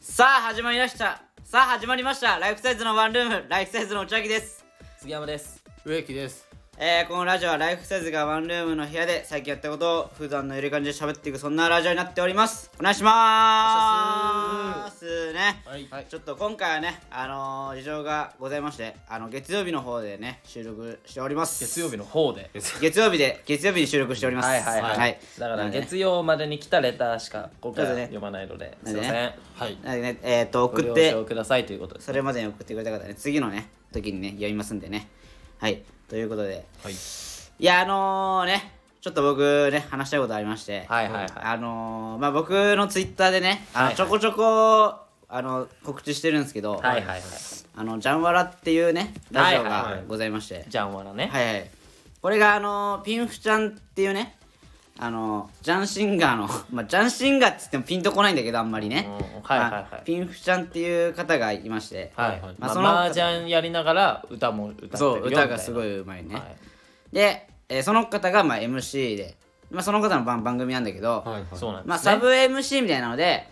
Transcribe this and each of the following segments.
さあ始まりましたさあ始まりましたライフサイズのワンルームライフサイズのおちゃきです杉山です植木ですえー、このラジオはライフサイズがワンルームの部屋で最近やったことを普段のゆるい感じで喋っていくそんなラジオになっておりますお願いしまーすね、はいはいちょっと今回はねあのー、事情がございましてあの月曜日の方でね収録しております月曜日の方で月曜日で月曜日に収録しておりますはいはいはい、だからなのでね月曜までに来たレターしか今回はそうですね読まないので、なすいんでまねせんはいなのでねえっ、とご送っ了て承くださいということですそれまでに送ってくれた方はね次のね時にね読みますんでねはいということではいいやあのー、ねちょっと僕ね話したいことありましてはいはいはいあのー、まあ僕のツイッターでねあはのいはいちょこちょこ、あの告知してるんですけど、はいはいはいあのジャンワラっていうねラジオはいはいがはいございまして、ジャンワラね、はいはいこれがあのピンフちゃんっていうねあのジャンシンガーの まあジャンシンガーっつってもピンとこないんだけどあんまりねうんはいはいはいまあピンフちゃんっていう方がいまして、はいはいまあ、そのマージャンやりながら歌も歌ってるよそう歌がすいごいうまいね、ね、はいで、えーその方がまあ MC で、まあ、その方の番番組なんだけど、はいはいそうなんです、ねまあ、サブ MC みたいなので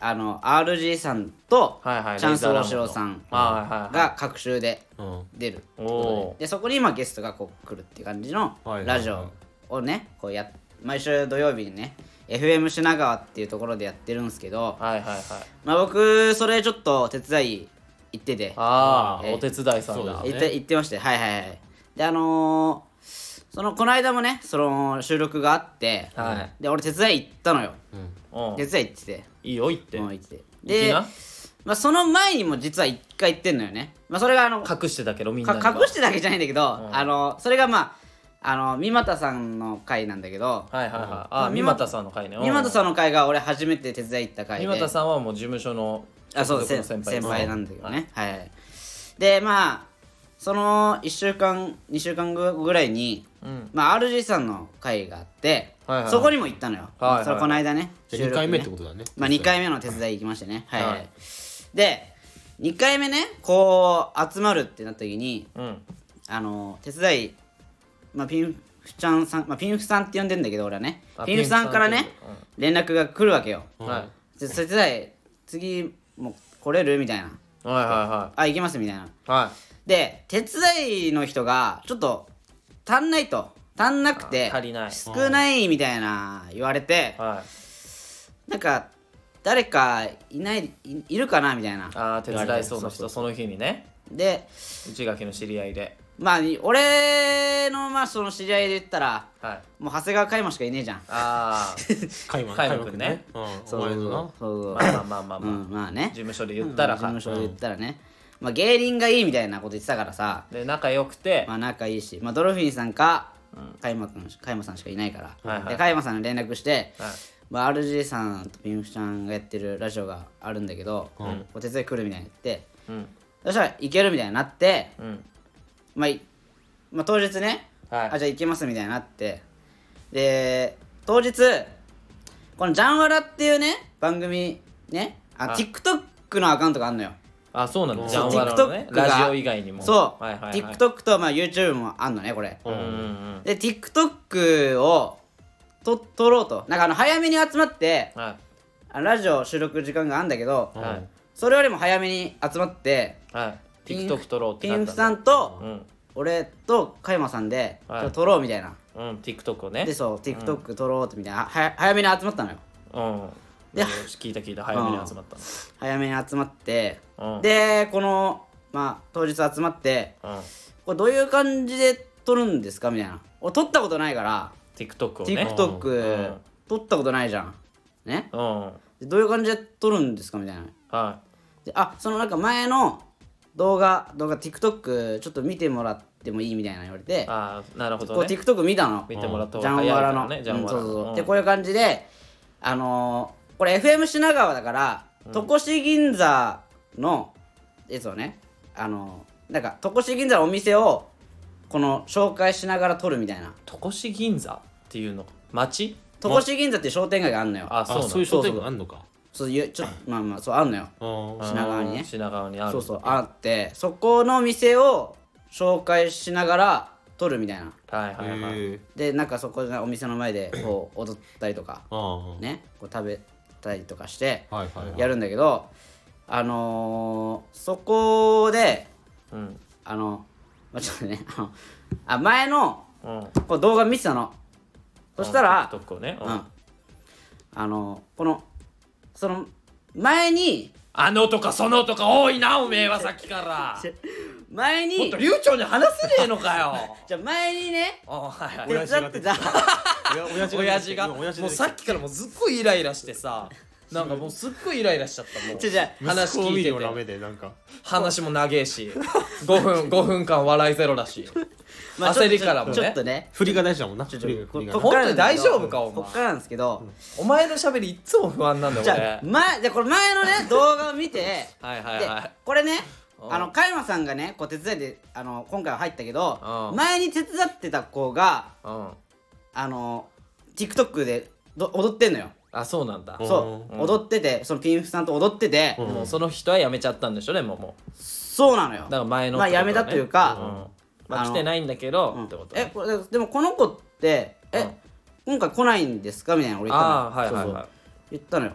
あの RG さんとチはいはいャンス大城さんはいはいはいが各週でうん出るおおでそこに今ゲストがこう来るっていう感じのはいはいはいラジオをねこうやっ毎週土曜日にね FM 品川っていうところでやってるんですけど、はいはいはいまあ、僕それちょっと手伝い行っててああ、えーお手伝いさんそうだだ行って行ってましてはいはいはいであのーそのこの間もねその収録があって、はいで俺手伝い行ったのようん手伝い行ってていいよ行ってもう行ってていきでな、まあ、その前にも実は一回行ってんのよね、まあ、それがあのか隠してたけどみんなには隠してたわけじゃないんだけど、あのそれがまああの三股さんの回なんだけどはいはいはいああ三三股股さんの回ね三股さんの回が俺初めて手伝い行った回で三股さんはもう事務所のあそう先先先輩輩なんだけどね、はいでまあその1週間2週間後ぐらいに、うんまあ、RG さんの会があって、はいはいはいそこにも行ったのよ、はいはいはいそれこの間ねじゃ収録あ2ね回目ってことだねまあ、2回目の手伝い行きましたねはい、はいはいで2回目ねこう集まるってなった時にうんあの手伝い、まあ、ピンフちゃんさん、まあ、ピンフさんって呼んでんだけど俺はねあピンフさんからねピンフさんって連絡が来るわけよ、うんはいで手伝い次もう来れるみたいなはいはあ行きますみたいないはいはで手伝いの人がちょっと足んないと足んなくてあ足りない少ないみたいな言われていはいなんか誰かいないいいるかなみたいなああ手伝いそうな人その日にねで内垣の知り合いでまあ俺のまあその知り合いで言ったらはいもう長谷川嘉山しかいねえじゃんあ 開幕開幕ねうんお前のなそうそあうまあまあまあまあ、うまあんまあね事務所で言ったら事か、務所で言ったらねまあ芸人がいいみたいなこと言ってたからさで仲良くて、まあ仲いいし、まあ、ドルフィンさんか加山、君加山さんしかいないから、はいはいで加山さんに連絡して、はいまあ、RG さんとピンフちゃんがやってるラジオがあるんだけど、お手伝い来るみたいに言ってうんそしたら行けるみたいになって、うんまあいまあ、当日ね、はいあじゃあ行けますみたいになってで当日この「ジャンワラ」っていうね番組ねああ TikTok のアカウントがあるのよあそうなのジそャうンワラのね TikTok がラジオ以外にもそう、はいはいはい、 TikTok と、まあ、YouTube もあんのねこれ、ううんうんんうんで TikTok をと撮ろうとなんかあの早めに集まってはあのラジオ収録時間があるんだけど、いはいそれよりも早めに集まってはいピン TikTok 撮ろうっピてなンっフたさんだんとうん俺と加山さんで、はいちょっと撮ろうみたいなうん TikTok をねでそう TikTok 撮ろうってみたいな、はや早めに集まったのようんでよし聞いた聞いた早めに集まったの早めに集まって、うんでこのまあ当日集まってうんこれどういう感じで撮るんですかみたいな俺撮ったことないから、 TikTok をね TikTok、うん撮ったことないじゃんねうんでどういう感じで撮るんですかみたいなはであそのなんか前の動画動画 TikTok ちょっと見てもらってもいいみたいな言われいてああなるほこうどね TikTok 見たの見てもらったジャ方がン早いワかラらのねうんそうそうそううんでこういう感じであのーこれ FM 品川だから戸越銀座のやつをねあのーなんか戸越銀座のお店をこの紹介しながら撮るみたいな戸越銀座っていうのか町戸越銀座っていう商店街があんのよあそうあなのそういう商店街あんのかそういうちょまあまあそうあんのようん品川にねうん品川にあるそうそうあってそこの店を紹介しながら撮るみたいなはいはいはいへえでなんかそこでお店の前でこう踊ったりとかああねこう食べたりとかしてはいはいはいやるんだけどあのーそこでうんあのまあちょっとねあのあ前のうんこう動画見てたのそしたら、 TikTok をね、ううんん、あのこのその前にあのとかそのとか多いなおめえはさっ きから前もっにと流暢に話せねえの かよじゃあ前にねあはいはい手親父が伝ってた親親父が今親父もうさっきからもうずっごいイライラしてさなんかもうすっごいイライラしちゃったもうちょちょ話話聞聞いいててのラメてでなんか話も長えし5分5分間笑いゼロだしまあちょっと焦りからもねちょっとね振りが大事だもんなちょち振りょがこ振りがこっからなんだけど本当に大丈夫かお前こっからなんですけどお前の喋りいっつも不安なんだよじゃあ俺前じゃあこれ前のね 動画を見てはいはいではいこれねうんあの加山さんがねこう手伝いであの今回は入ったけどうん前に手伝ってた子がうんあの TikTok でど踊ってんのよあそうなんだうんそう、うん踊っててそのピンフさんと踊ってて、うんもうその人は辞めちゃったんでしょでももそうなのようだから前のまあってこやめたというかだねうんまああの来てないんだけどうんってことえねこれでもこの子って「え、うん今回来ないんですか?」みたいな俺言ったのよああはいはいそうそはう言ったのよ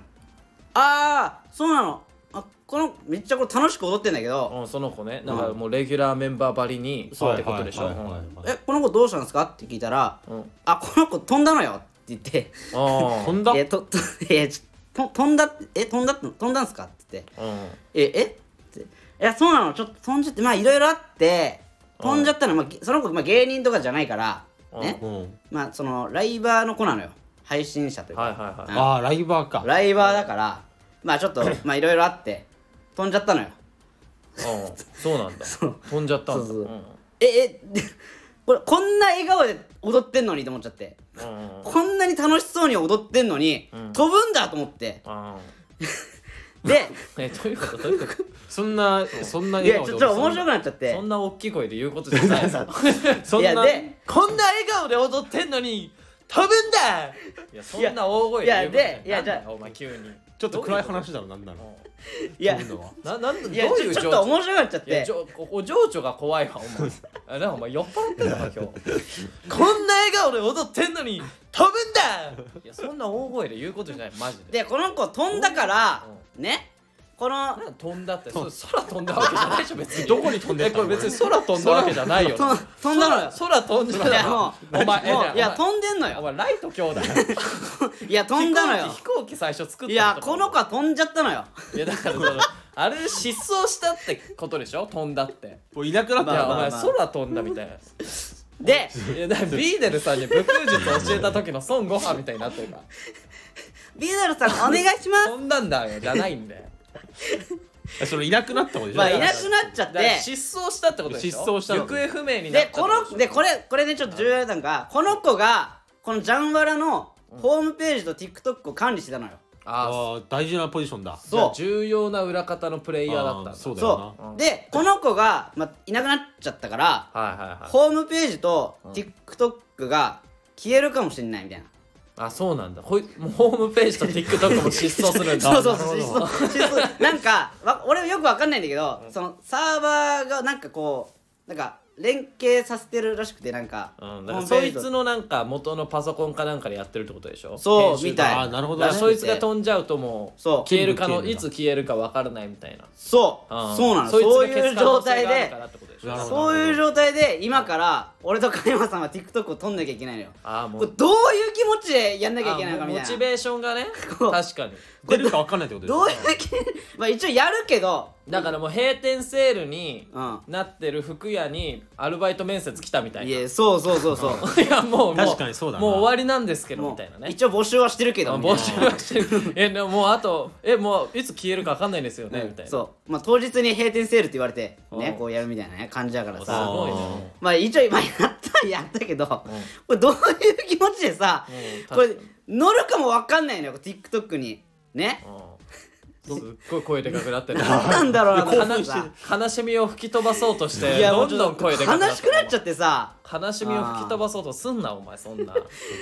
ああそうなのあこのめっちゃこう楽しく踊ってんだけいどうんその子ねだからもうレギュラーメンバーばりにそうってことでしょはいはいはい「はいえこの子どうしたんですか?」って聞いたら「うんうんあこの子飛んだのよ」って言ってあ飛「んだえとといやちょと飛んだってえ飛んだって飛んだんすか?」って言ってあうんええっていやそうなのちょっと飛んじゃってまあいろいろあって飛んじゃったの、まあ、げその子、まあ、芸人とかじゃないからねうんまあそのライバーの子なのよ配信者というか、はいはいはいああライバーかライバーだからまあちょっとまあいろいろあって飛んじゃったのようんそうなんだ飛んじゃったん だそうそううんうんええ これこんな笑顔で踊ってんのにと思っちゃってうんこんなに楽しそうに踊ってんのに、うん飛ぶんだと思ってあ でーえどういうことどういうことそんなそんない笑や顔ちでょっと俺そん面白くなっちゃってそんな大きい声で言うことじゃないぞ そんいやなでこんな笑顔で踊ってんのに飛ぶんだいやそんな大声で言うことじゃいないやでいやじゃあお前急にちょっと暗い話だろなんならいやそういうのはいななんどういやちいょうち情ょ緒っと面白くなっちゃっいやてちょおお情緒が怖いわお 前あなんかお前酔っ払ってるのか今日こんな笑顔で踊ってんのに飛ぶんだいやそんな大声で言うことじゃないマジででこの子飛んだから、ねこ のなんか飛んだってそ空飛んだわけじゃないでしょ別にどこに飛んでったこれ別に空飛んだわけじゃないよ空飛んだのよ空空飛んじゃいなやいもうお前えもねういやお前飛んでんのおよ前ライト兄弟いや飛んだのよ飛行機飛行機最初作ったいやこの子かは飛んじゃったのよいやだからそのあれ失踪したってことでしょ飛んだってもういなくなっいたやよおまあまあ前まあ空飛んだみたいなでいやだからビーデルさんに武空術教えた時の孫悟飯みたいになってるからビードルさんお願いします 飛んだんだよじゃないんだよえそれいなくなったことでしょまあいなくなっちゃだっかてら失踪したってことでしょ失踪したの行方不明になっでたこのでこれこれねちょっと重要なのがこの子がこのジャンワラのホームページと TikTok を管理してたのよああああ大事なポジションだそうそう重要な裏方のプレイヤーだったんだあーそうだよそなうんうでこの子が、まあ、いなくなっちゃったからはいはいはいホームページとうん TikTok が消えるかもしれないみたいなあそうなんだほいもうホームページと TikTok も失踪するんだそうそうなそうる失ほど踪失踪なんかわ俺よくわかんないんだけど、そのサーバーがなんかこうなんか連携させてるらしくてなんか,、うん、だからそいつのなんか元のパソコンかなんかでやってるってことでしょそう編集みたいあーなるほどだねからそいつが飛んじゃうともうそう消えるかの全部消えるいんだつ消えるかわからないみたいなそう、んそうなのそそいつがういう状態消す可能性があるでからってことでしなるほょどそういう状態で今から俺と加山さんは TikTok を撮んなきゃいけないのよああもこれうどういう気持ちでやんなきゃいけないのかあみもうたモチいなベーションがね こう確かに出るかわかんないってことでしょどういう気まあ一応やるけどだからもう閉店セールにうんなってる服屋にアルバイト面接来たみたいいなやそうそうそうそういやもうも確かにそうだなもう終わりなんですけどもう みたいなね一応募集はしてるけどあみたいな募集はしてる えでももうあとえもういつ消えるかわかんないですよね、みたいなそう、まあ、当日に閉店セールって言われてうんねこうやるみたいなね感じだからすさごいねまあ一応今やったやったけどこれどういう気持ちでさうんこれ乗るかも分かんないのよ TikTok にねうんすっごい声でかくなってるなんだろうな悲し悲しみを吹き飛ばそうとしていやもうどちんょっどんと声でかくな悲っしてくなっちゃってさ悲しみを吹き飛ばそうとすんなお前そんな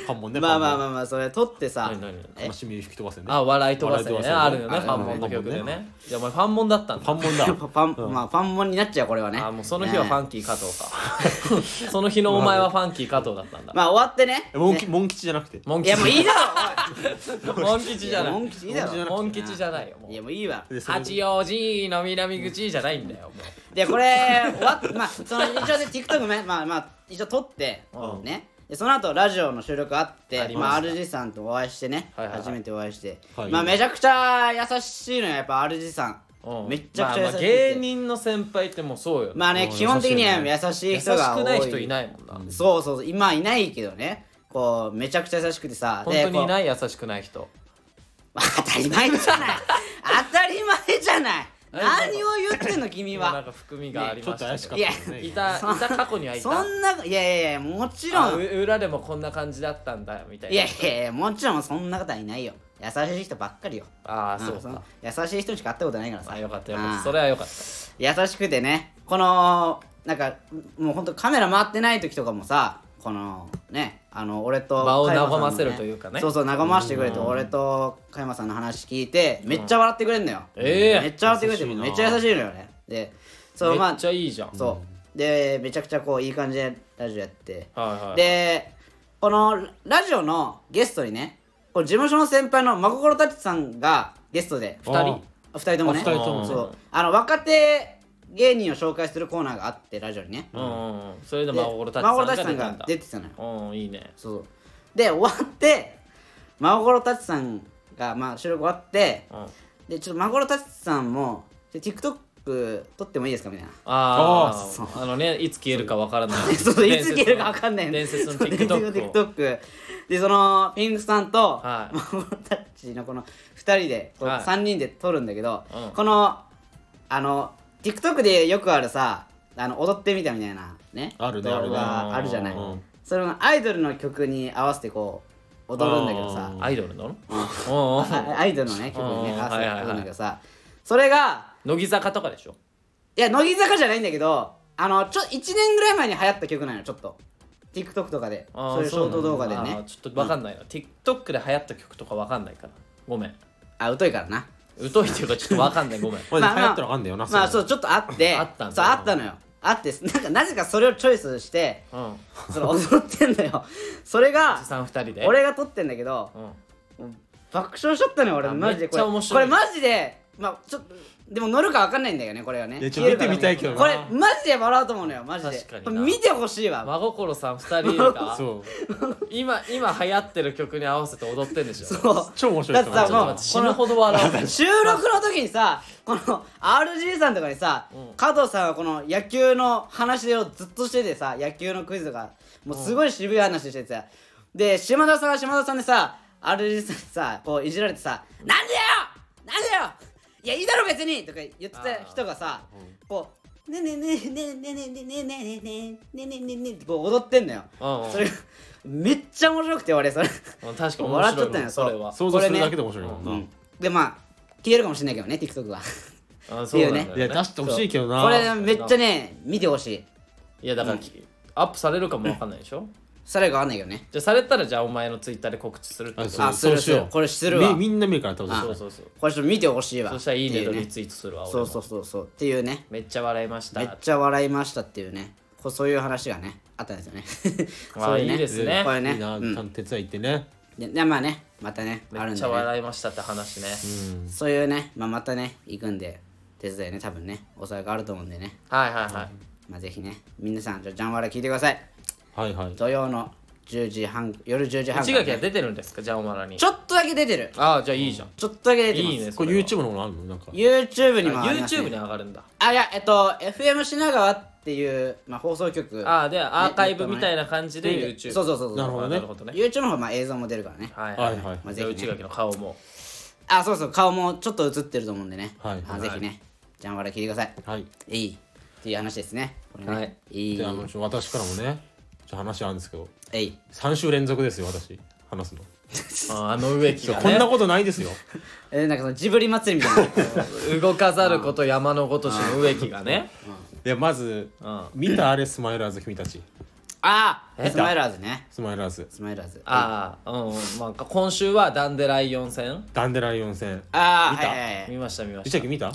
関門ねまあまあまああまあそれ取ってさ何何え悲しみを吹き飛ばせねあ笑い飛ばせね笑い飛ばせねあるよねあファンモンの曲でファンモンねいやお前ファンモンだったんだ関門だファンまあファンモンになっちゃうこれはねあーもうその日はファンキー加藤か その日のお前はファンキー加藤だったんだまあ終わってねえモンキモン吉じゃなくてモンい吉やもういいだろ モン吉おいじゃないやモン吉いいだろモン吉じゃないよもういやもういいわでそれ八王子の南口じゃないんだよもでこれ終わっまあその一応で TikTok ねまあまあ一応撮ってうんねでその後ラジオの収録あってありままあした RG さんとお会いしてね、はいはいはい初めてお会いして、はいまあめちゃくちゃ優しいのよやっぱ RG さん、う、うんめっちゃくちゃ優まあしまいあ、って芸人の先輩ってもうそうよ、まあねうん基本的には優しい優ねしい優し人が多くない人いないもんな、そうそうそう今はいないけどねこうめちゃくちゃ優しくてさ本当にいいない優しくない 人当たり前じゃない 当たり前じゃない何を言ってんの君 今なんはか含みがありましたけちど、ょっと怪しかったよいねいたいた過去にはいたそんないやいやいやもちろあうん裏でもこんな感じだったんだよみたいないやいやいやもちろんそんな方はいないよ優しい人ばっかりよああうんそうそのか優しい人にしか会ったことないからさあよかったよかっうたんそれはよかった優しくてねこのなんかもうほんとカメラ回ってない時とかもさこのねあの俺と場を加山さんの和ませるというかねそうそう和ましてくれて俺と加山さんの話聞いてめっちゃ笑ってくれんのよ、ええめっちゃ笑ってくれ優てしいなめっちゃ優しいのよねでそうまめっあちゃいいじゃんそうでめちゃくちゃこういい感じでラジオやってはいはいでこのラジオのゲストにねこう事務所の先輩の真心達さんがゲストで二人二人ともねあ二人ともそうあの若手芸人を紹介するコーナーがあってラジオにねうんうんうんそれででまあ俺たちさんが真心出達たんだ出てたのようんいいねそうで終わって真心達さんがまあ収録終わってうんあでちょっと真心達さんもで TikTok 撮ってもいいですかみたいなああーそうーあのねいつ消えるかわからな いそういつ消えるか分かんない伝説のそう 伝説の TikTok を TikTok でそのピンクさんとマはいモタッチのこの2人でこうはい3人で撮るんだけどうんこのあの TikTok でよくあるさあの踊ってみたみたいなねあるね動あるね画あるじゃないうんそれのアイドルの曲に合わせてこう踊るんだけどさアイドルなのうんうんあアイドルのね曲にねうん合わせてはいはいは踊いるんだけどさそれが乃木坂とかでしょいや乃木坂じゃないんだけどあのちょ1年ぐらい前に流行った曲なのよちょっと TikTok とかであーそういうショート動画でそうなんだあねーちょっとわかんないな TikTok で流行った曲とかわかんないからごめんあ疎いからな疎いっていうかちょっとわかんないごめんこれでまあ流まあ行ったらあかんだよなまあそううちょっとあってあったんだそうあったのよあって なんかなぜかそれをチョイスしてうんその踊ってんのよそれおがじさん二人で俺が撮ってんだけどうん爆笑しちゃったのよ俺あマジでこれめっちゃ面白いこれマジでまあちょっとでも乗るかわかんないんだよねこれはねいやちょっと見てみたいけどな消えるかわかんないこれマジで笑うと思うのよマジで確かになこれ見てほしいわ真心さん二 人がそう今今流行ってる曲に合わせて踊ってんでしょそうちょっ超面白いだっとてさもう待って死ぬほど 笑う収録の時にさこの RG さんとかにさ、うん加藤さんはこの野球の話をずっとしててさ野球のクイズとかもうすごい渋い話しててさ、で島田さんは島田さんでさ RG さんにさこういじられてさ「なんでよなんでよいやいいだろ別に!」とか言ってた人がさこう「ねえねえねえねえねえねえねえねえねえねえねえねえねえねえ」ってこう踊ってんのよ、うんうんそれがめっちゃ面白くて俺それうん確かに面笑っちゃ白っいたよもんそれは想像するだけで面白いもんな、でまあ消えるかもしれないけどね TikTok は。あそうなんだよっねいや出してほしいけどなこれめっちゃね見てほしいいやだからきアップされるかもわかんないでしょされるかわかんないけどねじゃあされたらじゃあお前のツイッターで告知するってこあとそうあするそうしすよるうこれするわみみんな見るから多分そううそうそうこれちょっと見てほしいわそしたらいいねってとうリツイートするわ俺そもうそうそうそうっていうねめっちゃ笑いましためっちゃ笑いましたっていうねこうそういう話がねあったんです よねあそううねいいですねこれねいいな、うんちゃんと手伝い行ってねででまあねまたねあめるっんちでゃね笑いましたって話ねそういうねまあまたね行くんで手伝いね多分ねおそらくあると思うんでねはいはいはいまあぜひね皆さんじゃあジャンワラ聞いてくださいはいはい土曜の10時半夜10時半内からね垣は出てるんですかじゃあおまらにちょっとだけ出てるああじゃあいいじゃんちょっとだけ出てますいいねこそれれは YouTube のものあるのなんか YouTube にもありますね YouTube に上がるんだあいやえっと FM 品川っていう、まあ、放送局ああでアーカイブみたいな感じで YouTube そうそうそうそうなるほどねなるほどね YouTube の方まあ映像も出るからねはいはいはいまあじゃあぜひ内ね垣の顔もあそうそう顔もちょっと映ってると思うんでね、はいあぜひねジャンワラ聞いてくださいはいいいっていう話ですねこれねはいいいであのちょ私からもねちょ話あるんですけどえい3週連続ですよ私話すあのああの植木がねこんなことな いですよえなんかそのジブリ祭りみたいな 動かざること山のごとしの植木がねいやまずうん見たあれスマイルーズ君たちあえあスマイラーズねスマイラーズスマイラーズあああうんうんまあ今週はダンデライオン戦ダンデライオン戦あ見ーた、はいはいはい見ました見ましリたチャキ見た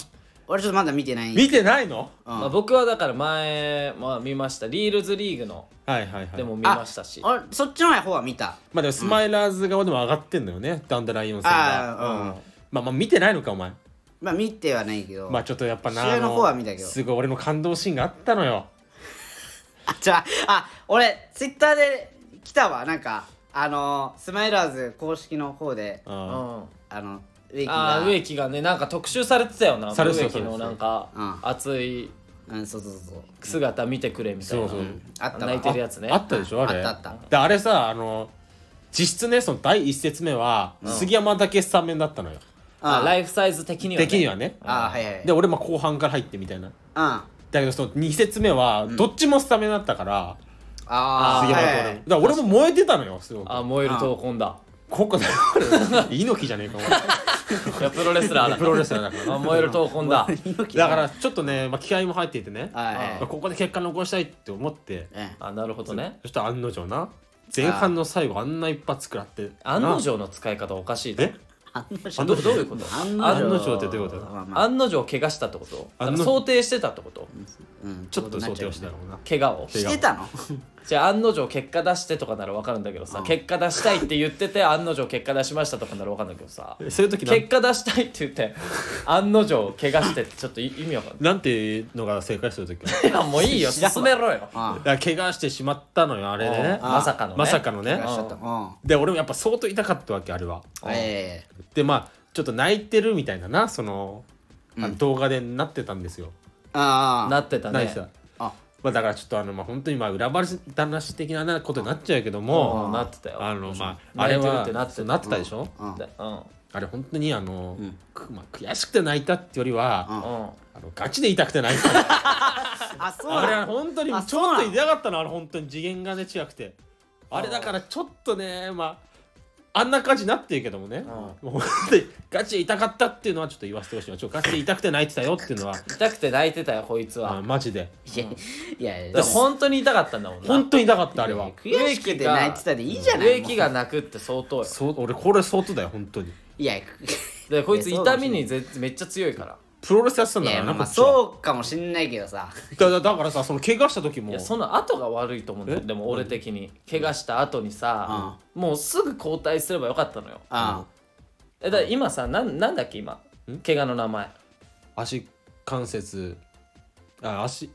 俺ちょっとまだ見てない見てないのうんまあ、僕はだから前、まあ、見ましたリールズリーグのはいはいはいでも見あましたし、俺そっちの方は見たまあでもスマイラーズ側でも上がってんのよねダンデライオン戦あがあうんまあまあ見てないのかお前まあ見てはないけどまあちょっとやっぱな試合のあ方は見たけどすごい俺の感動シーンがあったのよあ じゃああ俺ツイッターで来たわなんかあのスマイラーズ公式の方でうん、あああのウェイキがあ植木がねなんか特集されてたよなされてた植木のなんかうん熱いうんそうそうそうそう姿見てくれみたいなそうそうあったわ泣いてるやつねああったでしょあれあったあったであれさあの実質ねその第一節目は杉山だけスタメンだったのよあライイフサイズ的にはね的にはねあはいはいで俺まあ後半から入ってみたいなうんあだけどその2節目はどっちもスタメンだったから、あ杉は山いとはい俺も、だから俺も燃えてたのよすごくあ燃える闘魂だここだ 猪木じゃねえかお前いやプロレスラーだプロレスラーだかあ燃える闘魂だらだからちょっとね、まあ、気合も入っていてね、はいはいまあここで結果残したいって思ってええあなるほどねそしたら案の定な前半の最後あんな一発食らって案なの定の使い方おかしいえね案のどどういうこと 案案のの定ってどういうことだまあまあ案の定怪我したってこと案の定想定してたってことうんちょっと想定をしてたかもな怪我を怪我してたのじゃあ案の定結果出してとかなら分かるんだけどさ、結果出したいって言ってて案の定結果出しましたとかなら分かるんだけどさえそういう時な結果出したいって言って案の定怪我してってちょっとい意味分かんななんていうのが正解する時かな いいやもういいよ進めろよ あだから怪我してしまったのよあれでねあまさかのねまさかのねあしちゃったうんで俺もやっぱ相当痛かったわけあれはええでまあちょっと泣いてるみたいななその,、あの動画でなってたんですよあなあってた泣いねてた、あまあ、だからちょっとあの、まあ、本当にまあ裏話的なことになっちゃうけどうもんなってたよあのまああ泣れいてるっはてなってたそうなってたでしょ、うんでうんあれ本当にあの、くまあ、悔しくて泣いたってよりは、うんうんあのガチで痛くて泣い たあそうあれなはの本当にあちそうょっなとの痛かったのあれ本当に次元がね違くてあれだからちょっとねまああんな感じになってるけどもね、もう本当にガチで痛かったっていうのはちょっと言わせてほしいわちょっとガチで痛くて泣いてたよってい うのは痛くて泣いてたよこいつあはマジでいやいやいでや本当に痛かったんだもんな本当に痛かったあれは悔しくて泣いてたでいいじゃない植木が泣くって相当よそう俺これ相当だよ本当にいやいでこいついやそうか痛もしれみないにぜめっちゃ強いからプロレスやってたんだかやらまあまなこあっちはそうかもしんないけどさだだだからさその怪我した時いもやその後が悪いと思うんだよえでも俺的に怪我した後にさもうすぐ交代すればよかったのよあえだから今さなんなんだっけ今怪我の名前足関節あ足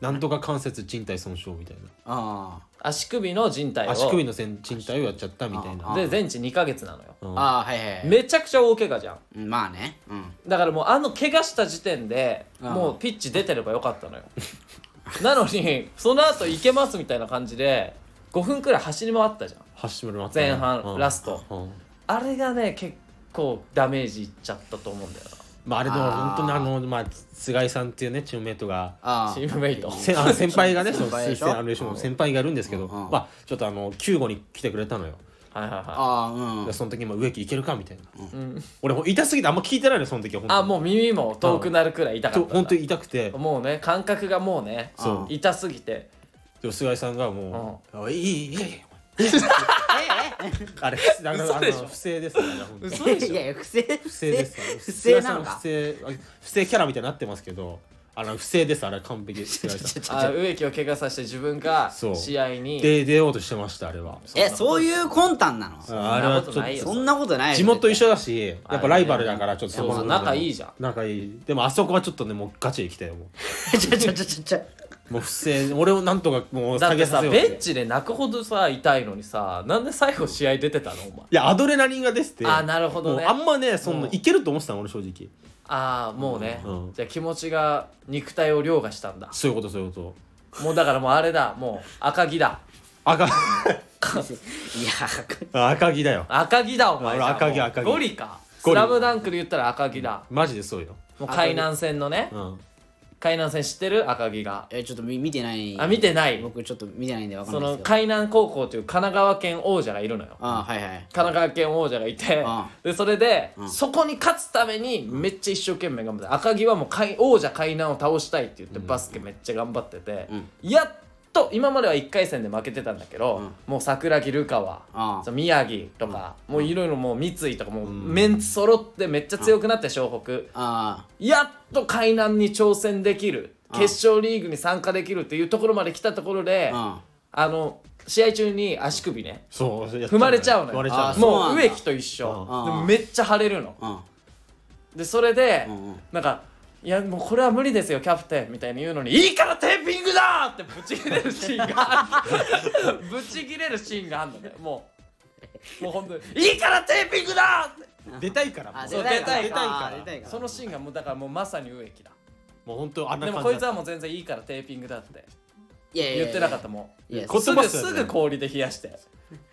なんとか関節靭帯損傷みたいなあ足首の靭帯を足首のせん靭帯をやっちゃったみたいなで全治2ヶ月なのよあああはいはいはいめちゃくちゃ大怪我じゃんうんまあねうんだからもうあの怪我した時点でうんもうピッチ出てればよかったのよ なのにその後行けますみたいな感じで5分くらい走り回ったじゃん橋村松前半、ラストうんあれがね結構ダメージいっちゃったと思うんだよまああれでもあー本当にあのまあ菅井さんっていうねチームメイトがなあチームメイト せあの先輩がねその先輩でしょせあのその先輩がいるんですけうどんまあちょっとあの救護に来てくれたのよはいはいは、ああうんでその時も植木いけるかみたいないうん、俺もう痛すぎてあんま聞いてないのよその時は本当あにもう耳も遠くなるくらい痛かとったん本だ当に痛くてもうね感覚がもうねそう痛すぎてでも菅井さんがもう「あいいいいいいいいいあれだから嘘あでしょの不正ですからね本当に嘘えでいしやいや不正不不正ですからね不正なの菅井さんか不正あ不正キャラみたいになってますけどあの不正ですあれ完璧です菅井さんょあ植木を怪我させて自分がそう試合に で出ようとしてましたあれはえそういう魂胆なのあれはちそんなことょっないよとそんなことないよ地元一緒だしやっぱライバルだからちょっとそうそうの仲いいじゃん仲いいでもあそこはちょっとねもうガチで来たよもちょちょちょちょち ょうもう不正俺をなんとかもうだ下ってげささせようってベンチで泣くほどさ痛いのにさなんで最後試合出てたのお前いやアドレナリンが出ててあなるほどねもうあんまねそうんなんいけると思ってたの俺正直ああもうね、うんじゃあ気持ちが肉体を凌駕したんだそういうことそういうこともうだからもうあれだもう赤木だ赤いや赤木だよ赤木だお前俺赤木じゃあもう赤木ゴリかゴスリラムダンクで言ったら赤木だマジでそうよもう海南戦のねうん海南戦知ってる赤木がえちょっと見見てないあ見てない僕ちょっと見てないんでわかそんないのですけど海南高校という神奈川県王者がいるのよああはいはい神奈川県王者がいてあでそれでそこに勝つためにめっちゃ一生懸命頑張って赤城はもう海王者海南を倒したいって言ってバスケめっちゃ頑張っててやっと今までは1回戦で負けてたんだけど、うんもう桜木ルカワああそう宮城とか、もういろいろもう三井とかもうメンツ揃ってめっちゃ強くなって湘北、あやっと海南に挑戦できるうん決勝リーグに参加できるっていうところまで来たところで、ああの試合中に足首ねそう踏まれちゃうの踏よまれちあゃーうそうもなうんだ植木と一緒、うんでもめっちゃ腫れるの、うんでそれで、うんうんなんか「いやもうこれは無理ですよキャプテン」みたいに言うのに「いいからテーピングだ!」ってぶち切れるシーンが あるぶち切れるシーンがあるのねもうもう本当に「いいからテーピングだ!」って出たいからもあうそう出たい出たいから出たいからそのシーンがもうだからもうまさに植木だもう本当あんなで感もじこいつはもう全然いいからテーピングだっていやいやいや言ってなかったもいやん言す葉ぐっすよねすぐ氷で冷やしてだか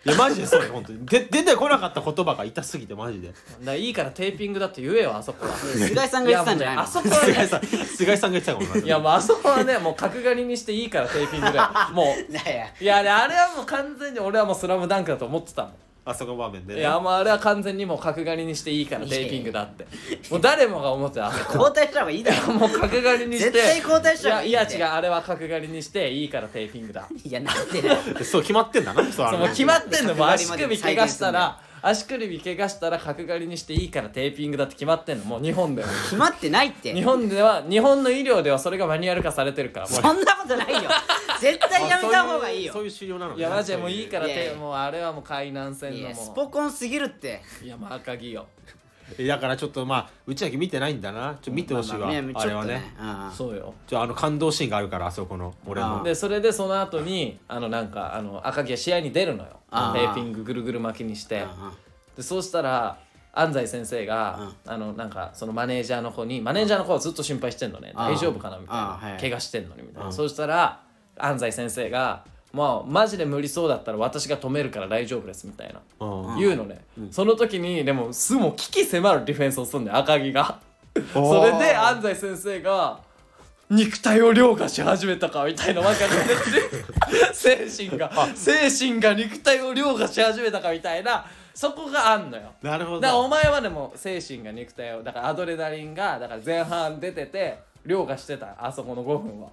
いやマジでそう本当にで出てこなかった言葉が痛すぎてマジでらいいからテーピングだって言えよあそこは菅井さんが言ってたんじゃないやのもうねあそこはね菅井さん菅井さんが言ってたかもないやもうあそ こはねもう角刈りにしていいからテーピングだよもういやいやいやあれあれはもう完全に俺はもう「スラムダンクだと思ってたもんあそこの場面でいねやもうあれは完全にもう角刈りにしていいからテーピングだってもう誰もが思ってたあそこ交代した方がいいだろもう角刈りにして絶対交代しいた方やがいいいやって違うあれは角刈りにしていいからテーピングだいやなんでだよそう決まってんだなそうあそれうもう決まってんのもう角刈り足まで首怪我したら足首怪我したら角刈りにしていいからテーピングだって決まってんのもう日本では決まってないって 日本では日本の医療ではそれがマニュアル化されてるからもそんなことないよ絶対やめた方がいいよそういう終了なのうねいやマジでもういいからいやいてやもうあれはもう海南い線のやスもポコンすぎるってういやもう赤城よえだからちょっとまあうちだけ見てないんだなちょっと見てほしいわ、ねちあょれっはとねねうんそうよちょあの感動シーンがあるからあそこの俺あのでそれでその後にあのなんかあの赤城が試合に出るのよテあーーピングぐるぐる巻きにしてでそうしたら安西先生が、あのなんかそのマネージャーの子にマネージャーの子はずっと心配してんのねあー大丈夫かなみたいなあ、ーはい怪我してんのにみたいな、そうしたら安西先生が「もうマジで無理そうだったら私が止めるから大丈夫です」みたいな、うん言うのね、その時にでもすもう危機迫るディフェンスをすんね赤城がおそーれで安西先生が肉体を凌駕し始めたかみたいなわけ で精神が精神が肉体を凌駕し始めたかみたいなそこがあんのよなるほどだからお前はでも精神が肉体をだからアドレナリンがだから前半出てて凌駕してたあそこの5分は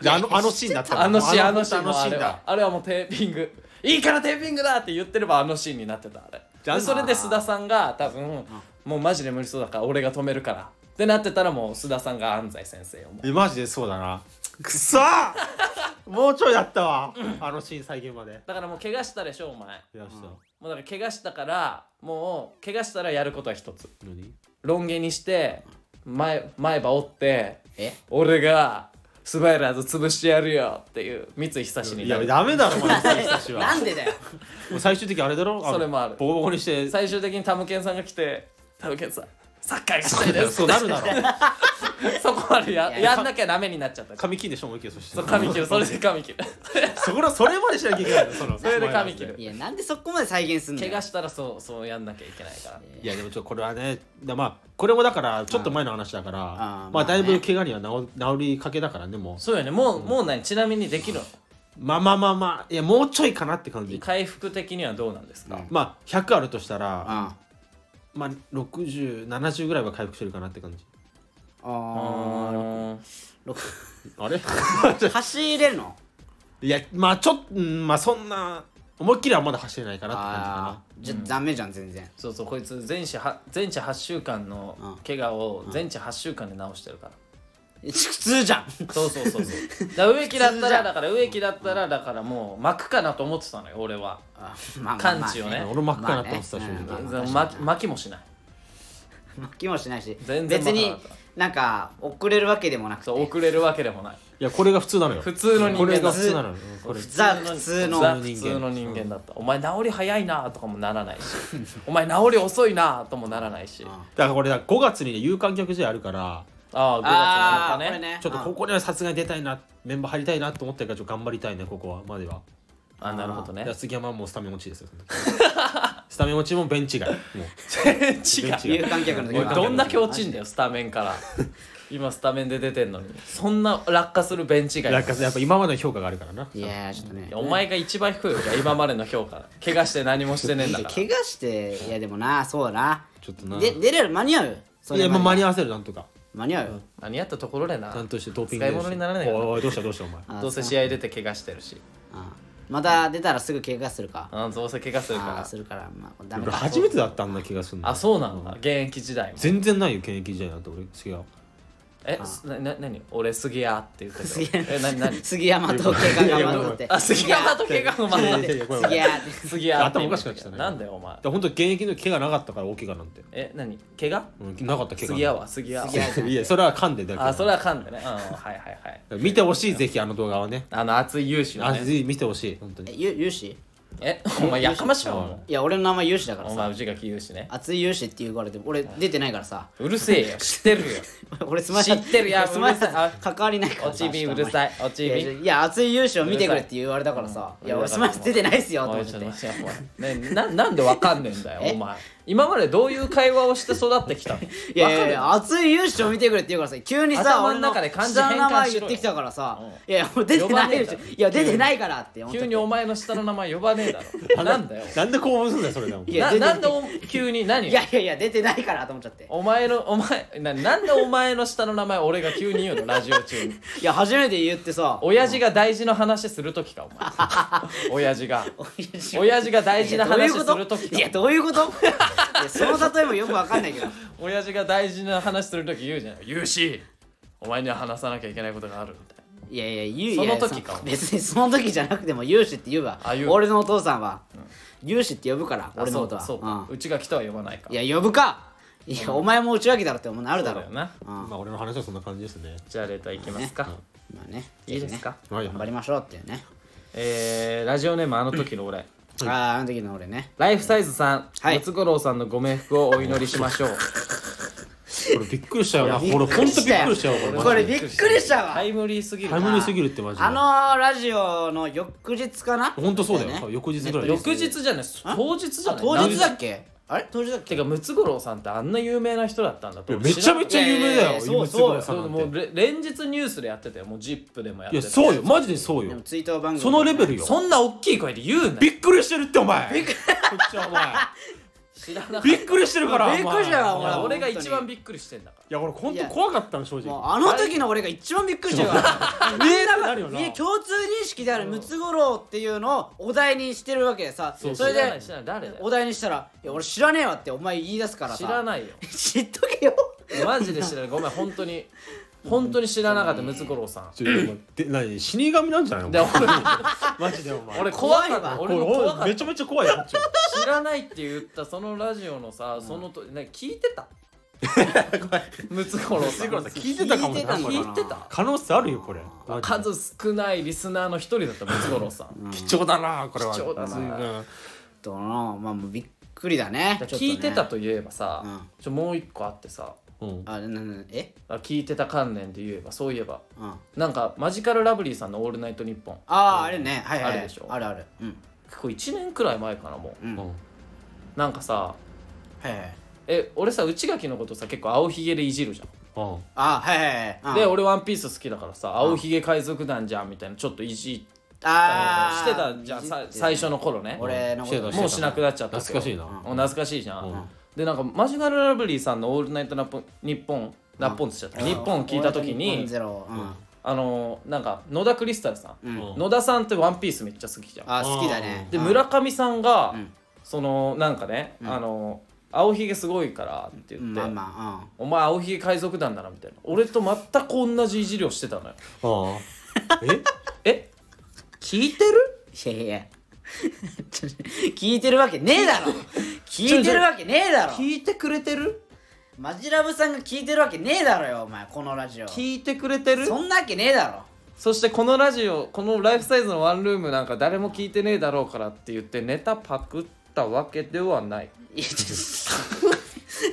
であのあのシーンだったあのシーンあのシーンあのもあシれーンはだあれはもうテーピング いいからテーピングだって言ってればあのシーンになってたあれじゃあでそれで須田さんが多分もうマジで無理そうだから俺が止めるからってなってたらもう須田さんが安西先生をもうえマジでそうだなくそーもうちょいやったわあのシーン再現までだからもう怪我したでしょお前いやしたもうだから怪我したからもう怪我したらやることは一つ何ロン毛にして前前歯折ってえ俺がスバイラーズ潰してやるよっていう三井久志にいなやるダメだろお前の人たちなはんでだよもう最終的にあれだろのそれもあるボコボコにして最終的にタムケンさんが来てタムケンさんサッカーがしたいですそうなるだろ そこまでやいややんなきゃダメになっちゃったから髪切んでしょ思いっきりそしてそう髪切るそれで髪切るそこらそれまでしなきゃいけないのそのそれで髪切るいやなんでそこまで再現すん の怪我したらそうそうやんなきゃいけないからいやでもちょっとこれはねだまあこれもだからちょっと前の話だからあーままああねだいぶ怪我には治治りかけだからねもうそうよねもう、もう何ちなみにできるのまあまあまあまあいやもうちょいかなって感じ回復的にはどうなんですか、まあ100あるとしたらあまあ6070ぐらいは回復してるかなって感じああ あれー走れるのいやまあちょっとうんまあそんな思いっきりはまだ走れないかなって感じかあなあーじゃあダメじゃん全然そうそうこいつ全治は全治8週間の怪我を全治8週間で治してるから、普通じゃんそうそうそうそうだから植木だっ 普通たじゃらんだから植木だったらだからもう巻くかなと思ってたのよ俺はあまあまあま完あ治をね俺も真っ赤になってますまあ最ね初にうん全然巻巻きもしない巻きもしないし全然別に巻かなかっなんか遅れるわけでもなくてそう遅れるわけでもないいやこれが普通なのよ普通の人間だこれが普通なのようんこれザ普通のザ普通の人間だった、お前治り早いなとかもならないし お前治り遅いなともならないし、んあだからこれだ5月にね有観客試合あるからああー5月7これ日ねねちょっとここにはさすがに出たいなメンバー入りたいなと思ってるからちょっと頑張りたいねここはまではあなるほどだかねら杉山はもうスタメン落ちですよスタメン落ちもベンチ 外もう違う違有観客の時おいはどんだけ落ちんだよスタメンから今スタメンで出てんのにそんな落下するベンチ外なんかやっぱ今までの評価があるからないやーちょっとねいやお前が一番低いよ今までの評価怪我して何もしてねえんだから 怪我していやでもなそうだなちょっとなで出れる間に合ういやもう間に合合わせるなんとか間に合うよ、間に合ったところでな担当してドーピング使い物にならないからおいおいどうしたどうしたお前あどうせ試合出て怪我してるしあまた出たらすぐ怪我するかあどうせ怪我するあかーするからまあダメ俺だ初めてだったあんな気がするらあそうなんだ現役時代も全然ないよ現役時代なんて俺違うえなな何俺杉谷って言ったけ杉どえな 何杉山と怪我がまとって あ杉谷と怪我をい待やっいやいやてこれ杉山って杉谷って頭おかしくなってきたねなんだよお前だから本当現役の時怪我なかったから大怪我なんて、え何怪我うん、なかった怪杉我谷は杉谷杉谷いやそれは噛んでだけどあそれはかんでねうんはいはいはい 見てほしいぜひあの動画はねあの熱い勇士のあねぜひ見てほしい本当えにゆ勇士えお前やかましいわもいや俺の名前勇士だかうらおさ前内垣勇士ね熱い勇士って言われても俺出てないからさ うるせえよ知ってるよ俺スマッシュ知ってる いやスマッシうるさいュ関わりないから おちびうるいさいおちいやびいや熱い勇士を見てくれって言われたからさいや俺スマッシュ出てないっすよとお思っいちょってと待ってお前ねななんでわかんねえんだよえお前今までどういう会話をして育ってきたのいやいやいや熱い勇士を見てくれって言うからさ急にさ頭俺のの中で漢字下の変換しろよ名前言ってきたからさういやいやもう出てない呼ばねえしいや出てないからって思っちゃっ急てにお前の下の名前呼ばねえだろなんだよなんで興奮するんだよそれでもいやな全然なんでお 急に何いやいやいや出てないからと思っちゃってお前のお前ななんでお前の下の名前俺が急に言うのラジオ中にいや初めて言ってさ親父が大事な話する時か お前親父が親父が大事な話する時かいやどういうこといやその例えもよくわかんないけど親父が大事な話する時言うじゃない勇士お前には話さなきゃいけないことがあるみたいないやいや言うそのいや時かそ別にその時じゃなくても勇士って言うわあ言う俺のお父さんは勇士って呼ぶからあ俺のことはそうかそうかうちが来たは呼ばないかうんいや呼ぶかいやお前も内訳だろってもうなるだそろうだよなうんままあ俺の話はそんな感じですねじゃあレターいきますかあねいいですかはい頑張りましょうっていうねえーラジオネームあの時の俺 あーあの時の俺ねライフサイズさん、はいムツゴロウさんのご冥福をお祈りしま しょう。これびっくりしたよな俺いやほんとびっくりしたよよここれれびっくりしたわタイムリーすぎるタイ。ムリーすぎるってマジであのーラジオの翌日かなほんとそうだよだよね翌日ぐらい翌日じゃない、当日じゃあない。当日だなんっけあれ当日だっけてか、ムツゴロウさんってあんな有名な人だったんだいとや。めちゃめちゃ有名いやいだやよそうムツゴロウ知さらなそうんもなんうてれ連日ニュースでやってたよ。もう ZIP でもやっていやた。そうよ。マジでそうでもよ追悼番組そのレベルよそんな大きい声で言うなびよ。っくりしてるってお前こっちはお前知らなかった。いびっくりしてるからびっくりしたよお前やは俺が一番びっくりしてんだかいや俺ほんと怖かったの正もう直あの時の俺が一番びっくりしたわみんなながるよなみんな共通認識であるムツゴロウっていうのをお題にしてるわけでさら。それ知らないで知らない誰だおよ。題にしたら「いや俺知らねえわ」ってお前言い出すからさ知らないよ。知っとけよマジで知らない。ごめん、本当に。本当に知らなかった、ムツゴロウさん。ちょお前で何死神なんじゃないので、俺マジでお前俺怖かっ怖いた。わ俺も怖かっため。ちゃめちゃ怖いよこっちは知らないって言ったそのラジオのさ、そのとな聞いて たムツゴロウさん聞いてたかも聞いてたのか聞いなてた可能性あるよこれ数少ないリスナーの一人だったムツゴロウさ ん貴重だなこれは貴重だな随分どうなまあもうびっくりだねちょっとね聞いてたといえばさ、うんちょもう一個あってさうんあなななえあ聞いてた関連で言えばそういえばうんあなんかマジカルラブリーさんの「オールナイトニッポン」あーあれねはいはいはいあるでしょあるあるうん結構1年くらい前かなもうんうんうなんかさはいはいはいえ俺さ内垣のことさ結構青ひげでいじるじゃんうんあーはいはいはいでうん俺ワンピース好きだからさ青ひげ海賊団じゃんみたいなちょっといじったありーしてたじゃんさ最初の頃ね俺のことしてもうしなくなっちゃったけど懐かしいなうん懐かしいじゃん、うんでなんかマジカルラブリーさんの「オールナイトナポ日本」ナッポンっつっちゃった、日本を聞いた時俺の日に本ゼロうんあのーなんか野田クリスタルさん、うんうん野田さんって「ワンピースめっちゃ好きじゃんあー好きだねでうん村上さんが、んそのなんかね、あのー青ひげすごいから」って言って、うんまあまお前青ひげ海賊団だな」みたいな俺と全く同じいじりをしてたのようんええ聞いてるあうんいやいやいや ちょ聞いてるわけねえだろ聞いてるわけねえだろ聞いてくれてるマジラブさんが聞いてるわけねえだろよお前このラジオ聞いてくれてるそんなわけねえだろそしてこのラジオこのライフサイズのワンルームなんか誰も聞いてねえだろうからって言ってネタパクったわけではないいやちょ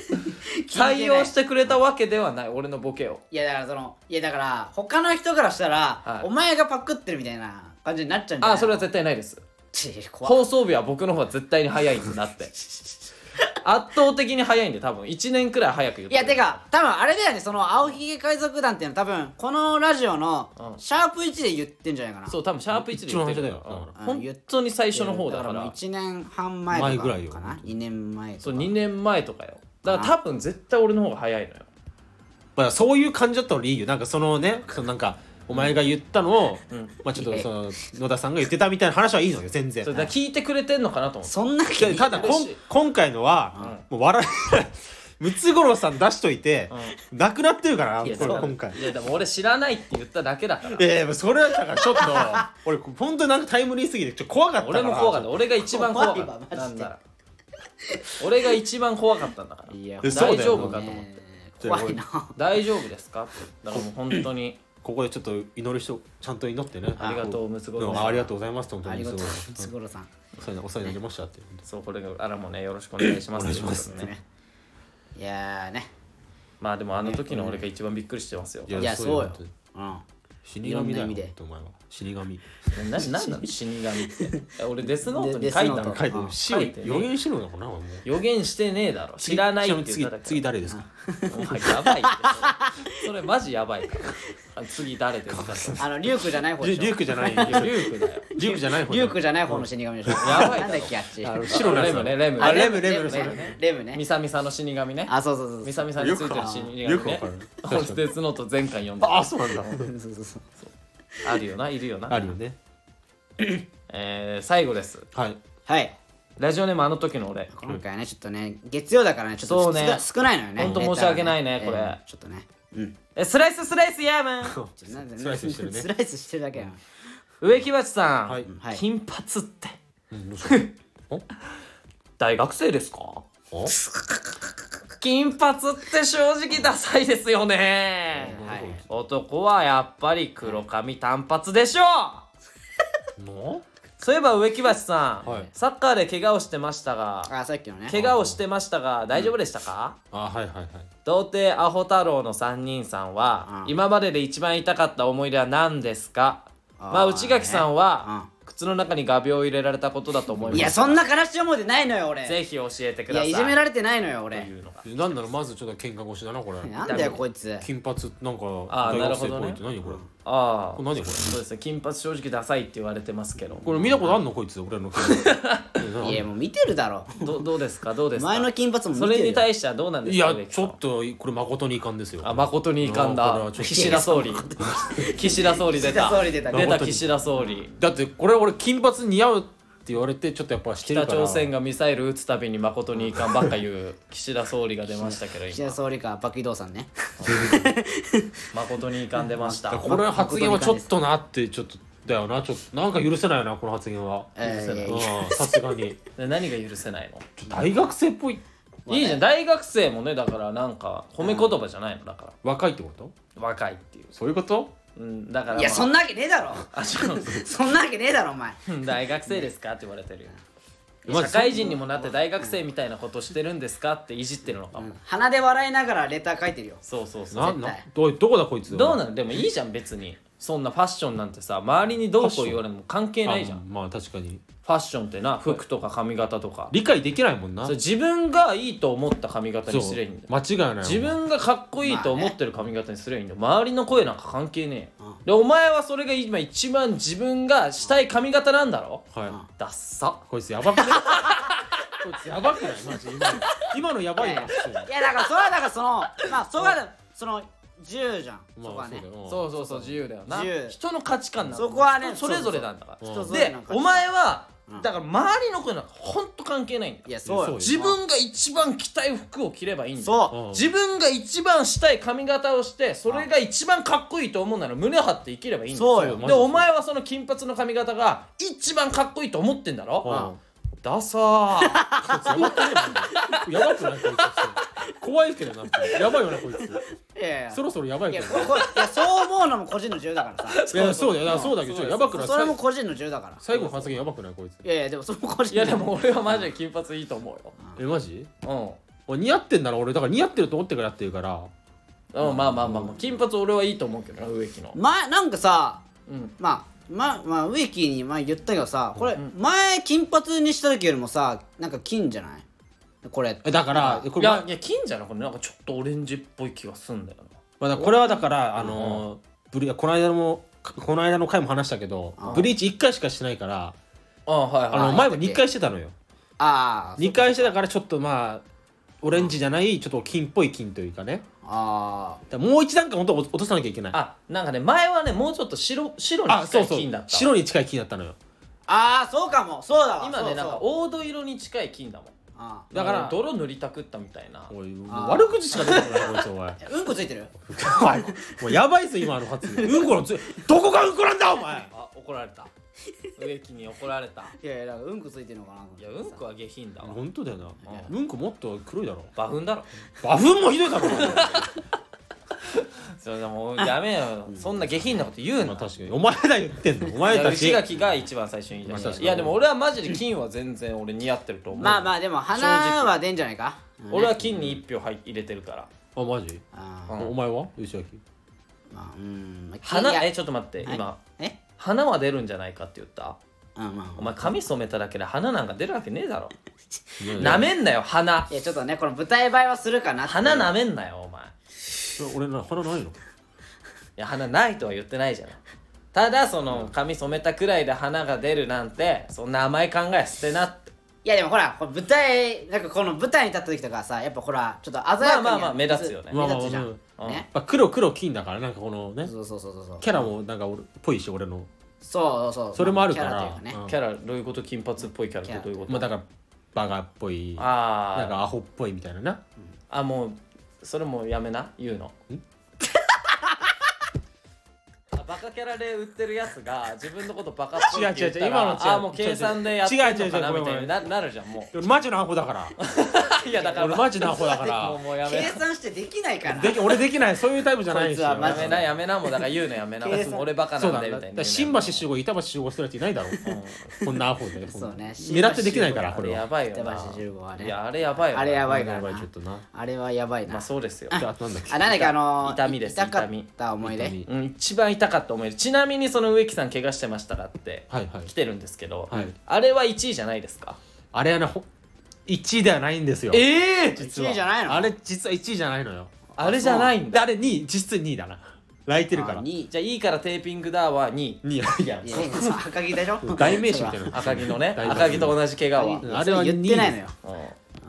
採用しててくれたわけではない俺のボケをいやだからそのいやだから他の人からしたら、はいお前がパクってるみたいな感じになっちゃうんじゃないああそれは絶対ないですち怖っ放送日は僕の方が絶対に早いんだ って圧倒的に早いんで多分1年くらい早く言っいてやてか多分あれだよねその青ひげ海賊団っていうのは多分このラジオのうんシャープ1で言ってんじゃないかな、そう多分シャープ1で言ってる一番最初だよかだらうん本当に最初の方だからもう1年半前とか前ぐらいよか本な当に2年前とかそう2年前とかよだから多分絶対俺の方が早いのよまあ、そういう感じだったのがいいよなんかそのねそのなんかお前が言ったのを、んまあ、ちょっとその野田さんが言ってたみたいな話はいいのよ全然それだから聞いてくれてんのかなと思ってそんな気ただこん今回のは、もう笑い ムツゴロウさん出しといて、なくなってるからこいれやそう今回いやでも俺知らないって言っただけだからええそれはだからち ょっと俺本当なんかタイムリーすぎてちょっと怖かったから俺も怖かった俺が一番怖か怖いわマジっでたなんなら俺が一番怖かったんだからいやえそ大うだよ丈夫かと思って怖いな大丈夫ですかってだからもう本当にここでちょっと祈る人ちゃんと祈ってねありがとうムツゴロウんありがとうございます本当あにりがとうすムツゴロウさんごいお世話にお世話になりましたって本当そうこれがあらもねよろしくお願いしますお願いしますということでねいやーねまあでもあの時の俺が一番びっくりしてますよやいやそそううよよ本当にうん死神だいろよんな意味で本当お前は死神な何なの死神ってえ俺デスノートにデ書いたデスノのート書いてる死を書いてね予言しろよこなもう予言してねえだろ知らないって言次っただけ次誰ですかお前やばいってそれそれマジやばいからあ次誰ですかあのリュウクじゃない方リでしょュリュウクじゃないいやリュウクだよリュウクじゃない方リュウクじゃない方の死神でしょやばいだろなんだっけあっちあの白のやつレムねレムあねレムレムそレれムねレムねミサミサの死神ねあそうそうそうミそサミサについてる死神ねよくわかるよくわかる俺デスノート全巻読んだあそうなんだうそうそうそうあるよないるよなあるよねえー最後ですはいはいラジオネームあの時の俺 今回ねちょっとね月曜だからねちょっとそうね少少ないのよねほんと申し訳ないレねターがこれえーちょっとねうんえスライススライスヤーマンちょっとなんでスライスしてるねスライスしてるだけやん植木鉢さん、はいはい金髪ってうんどうしたお 大学生ですかお金髪って正直ダサいですよね、はい男はやっぱり黒髪短髪でしょうのそういえば植木鉢さん、はいサッカーで怪我をしてましたがあさっきのね怪我をしてましたが大丈夫でしたか、あはいはいはい童貞アホ太郎の3人さんは、うん今までで一番痛かった思い出は何ですかあーまあ内垣さんはね、靴の中に画鋲を入れられたことだと思いますいやそんな悲しい思いでないのよ俺ぜひ教えてくいやださいいじめられてないのよと俺いうのがなんならまずちょっと喧嘩腰だなこれなんだよこいつ金髪なんかあー大学生っぽいっなるほてど何これああこれ何これそうですね金髪正直ダサいって言われてますけどこれ見たことあんのこいつ俺の金髪 ねいやもう見てるだろどどうですかどうですか前の金髪も見てそるよれに対してはどうなんでいすかや植木ちさんょはっとこれ誠に遺憾ですよあ誠に遺憾これだはちょっと岸田総理岸田総理出岸た田総理出た出た誠に岸田総理だってこれ俺金髪似合うって言われてちょっとやっぱしてる北から朝鮮がミサイル撃つたびに誠に遺憾ばっか言う岸田総理が出ましたけど岸今田総理か爆移動さん ね誠に遺憾出ました だからこれ発言はちょっとなってちょっとだよなちょっとなんか許せないよなこの発言はえー許せないいやういんやさすがにで何が許せないの大学生っぽいいいじゃん大学生もねだからなんか褒め言葉じゃないのだか若いってことら若いっていうそういうことうんだからいやまあそんなわけねえだろあ違う そんなわけねえだろお前大学生ですかって言われてるよマジ社会人にもなって大学生みたいなことしてるんですかっていじってるのかも、鼻で笑いながらレター書いてるよそうそうそなう絶な対どうどこだこいつどうななのでもいいじゃん別にそんなファッションなんてさ周りにどうこう言われても関係ないじゃんフまあ確かにァッションってな服とか髪型とか理解できないもんなそれ自分がいいと思った髪型にすりゃいいんだよ間違いないもん自分がかっこいいと思ってる髪型にすりゃいいんだよ周りの声なんか関係ねえよでお前はそれが今一番自分がしたい髪型なんだろはダッサいこいつやばく ないこいつやばくないマジ今の今のやばいな普通にいやだからそれはだからそのま あそれはその自由じゃんそこまあはそうねだよそうそうそう自由だよな自由人の価値観なんだそこはね人それぞれなんだからそう人ぞれでなんかお前はうんだから周りの声なんかほんと関係ないんだよいやそうよ自分が一番着たい服を着ればいいんだよそううん自分が一番したい髪型をしてそれが一番かっこいいと思うなら胸張って生きればいいんだそうよでお前はその金髪の髪型が一番かっこいいと思ってんだうんろダサーやばくないこいつ怖いけどなやばいよなこいついやいやそろそろやばいいけやどここいやそう思うのも個人の自由だからさ いやそうだよだからそうだけどちょっとやばくないそれも個人の自由だから最後の発言やばくないこいついやいやでもそれも個人 いやでも俺はマジで金髪いいと思えマジうよ俺似合ってんなら俺だから似合ってると思ってからやってるからうんうんまあまあまあまあ金髪俺はいいと思うけどな植木の前なんかさうんまあまあまあウィキに前言ったけどさこれ前金髪にした時よりもさなんか金じゃないこれえだからえこいれ,、やまいや金じゃなくてなんかちょっとオレンジっぽい気がすんだよあ、だからこれはだからあのーブリこの間もこの間の回も話したけどブリーチ1回しかしてないからなあはいあのはい前も2回してたのよああ2回してたからちょっとまあオレンジじゃないちょっと金っぽい金というかねあだからもう一段階本当は落とさなきゃいけないあなんかね前はねもうちょっと白白に近あそういそう金だったわ白に近い金だったのよあああそうかもそうだわ今そうそねうなんか黄土色に近い金だもんあだからなんね泥塗りたくったみたいなおいもうあー悪口しか出てこないこいつお前ーうんこついてる お前もうやばいぞ今の発言うんこのつどこがうんこなんだお前あ怒られた植木に怒られたいやいやなんかうんこついてるのかなと思っいてやうんこは下品だわ本当だよなうんこもっと黒いだろバフンだろバフンもひどいだろお前それでもうやめよそんな下品なこと言うまなあ確かにお前ら言ってんのおい前やた内ち垣が一番最初に言いまあ出し確たいかにやでも俺はマジで金は全然俺似合ってると思うまあまあでも花は出んじゃないか俺は金に1票入入れてるからあマジあうあんお前は吉明まあうんまあい花やえちょっと待ってはい今え花は出るんじゃないかって言ったあまあお前髪染めただけで花なんか出るわけねえだろななめんなよ花いやちょっとねこの舞台映えはするかなって花なめんなよお前い俺な鼻ないのや花ないとは言ってないじゃないただその髪染めたくらいで花が出るなんてそんな甘い考えは捨てなっていやでもほらこれ舞台なんかこの舞台に立った時とかさやっぱほらちょっと鮮やかにやるまあまあまあ目立つよね目立つじゃんまあまあまあねまあ黒黒金だからなんかこのねそうそうそうそうそうキャラもなんか俺っぽいし俺のそうそうそうそれもあるからキャラというねうんキャラどういうこと金髪っぽいキャラってどういうことまあだからバカっぽいなんあかアホっぽいみたいななああもうそれもうやめな言うの あバカキャラで売ってるやつが自分のことバカっぽいって言ったら違う違う違う今の違うあもう計算でやってんのかな違う違う違うみたい違う違うにななるじゃんも俺マジのアホ だから ういやだから俺マジなアホだか もうらもうや め計な算してできないからでき俺できないそういうタイプじゃないんですよこいつはマやジめなやめなもうだから言うのやめな計算俺バカそうなだんでみだたいかにら新橋集合板橋集合してるやついないだろこんなアホでこんなそうね狙ってできないからあこれれやはばいよ板橋な15はいねやあれやばいよなあれやばいかやらばないちょっとなあれはやばいなまあそうですよであとなんだっけあなんだっけあのー痛みです痛かっ痛みた思い痛出みうん、一番痛かった思い出ちなみにその植木さん怪我してましたかってはいはい来てるんですけど、はいあれは1位じゃないですかあれはねほ1位ではないんですよええ実は1位じゃないのあれ実は1位じゃないのよあれじゃないんでだあれ2位実質2位だな泣いてるからあ2にじゃあいいからテーピングだわに位いやいやいやそう赤木でしょ代名詞みたいな赤木のね大丈夫赤木と同じ怪我は、赤木あれは言ってないのよ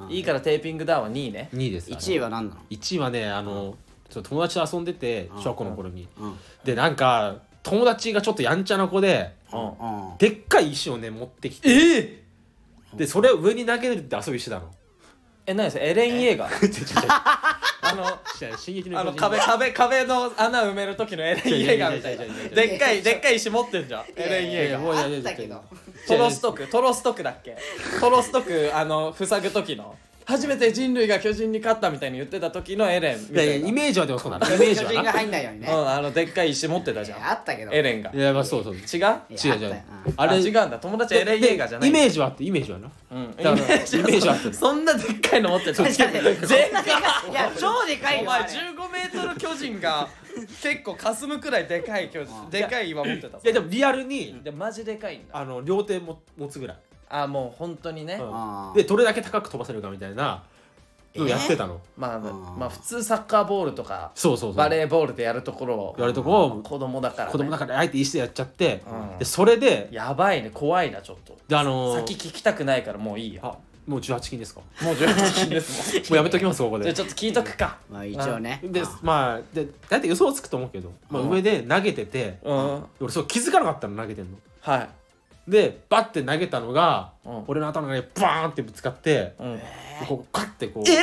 うんいいからテーピングだわ2位ね2位です1位は何なの1位はねあのちょっと友達と遊んでて小学校の頃にうんでなんか友達がちょっとやんちゃな子でうんうんでっかい石をね持ってきてえでそれを上に投げるって遊びして たのえ何それエレン・イェーガーあの進撃のあの巨人壁壁壁の穴埋める時のエレン・イェーガーみたいな違う違う違う違うでっかいでっかい石持ってんじゃんエレン・イェーガーもうやあめってたけどトロストクトロストクだっけトロストクあの塞ぐ時の初めて人類が巨人に勝ったみたいに言ってた時のエレンみいやたいやいなイメージはでもそうな のイ巨メージは人がな入んないようにねうんあのでっかい石持ってたじいゃやあんったけどエレンがいやまあそうそう違う違う違ういやああれれ違うんだ友達エレン・イェーガーじゃないイメージはあってイメージはなうんイメだからージイメージはあったそんなでっかいの持ってた確かに全いや超でかいおよ前あれ15メートル巨人が結構霞むくらいでかい巨人でかい岩持ってたいやでもリアルにでマジでかいんだあの両手も持つぐらいあもう本当にねあーでどれだけ高く飛ばせるかみたいなのをやってたのまあまあうんまあ普通サッカーボールとかそうそうそうバレーボールでやるところをやるとこを子供だから、ね、子供だからあえて石でやっちゃってうんでそれでやばいね怖いなちょっとであのー先聞きたくないから もういいやあもう18禁ですかももう18禁ですもんうやめときますここじゃあでちょっと聞いとくかまあ一応ねであまあで大体予想はつくと思うけど、まあ、うん上で投げててうんはい俺そう気づかなかったの投げてんのはいでバッて投げたのが、うん俺の頭がねバーンってぶつかって、うんこうカッてこう、え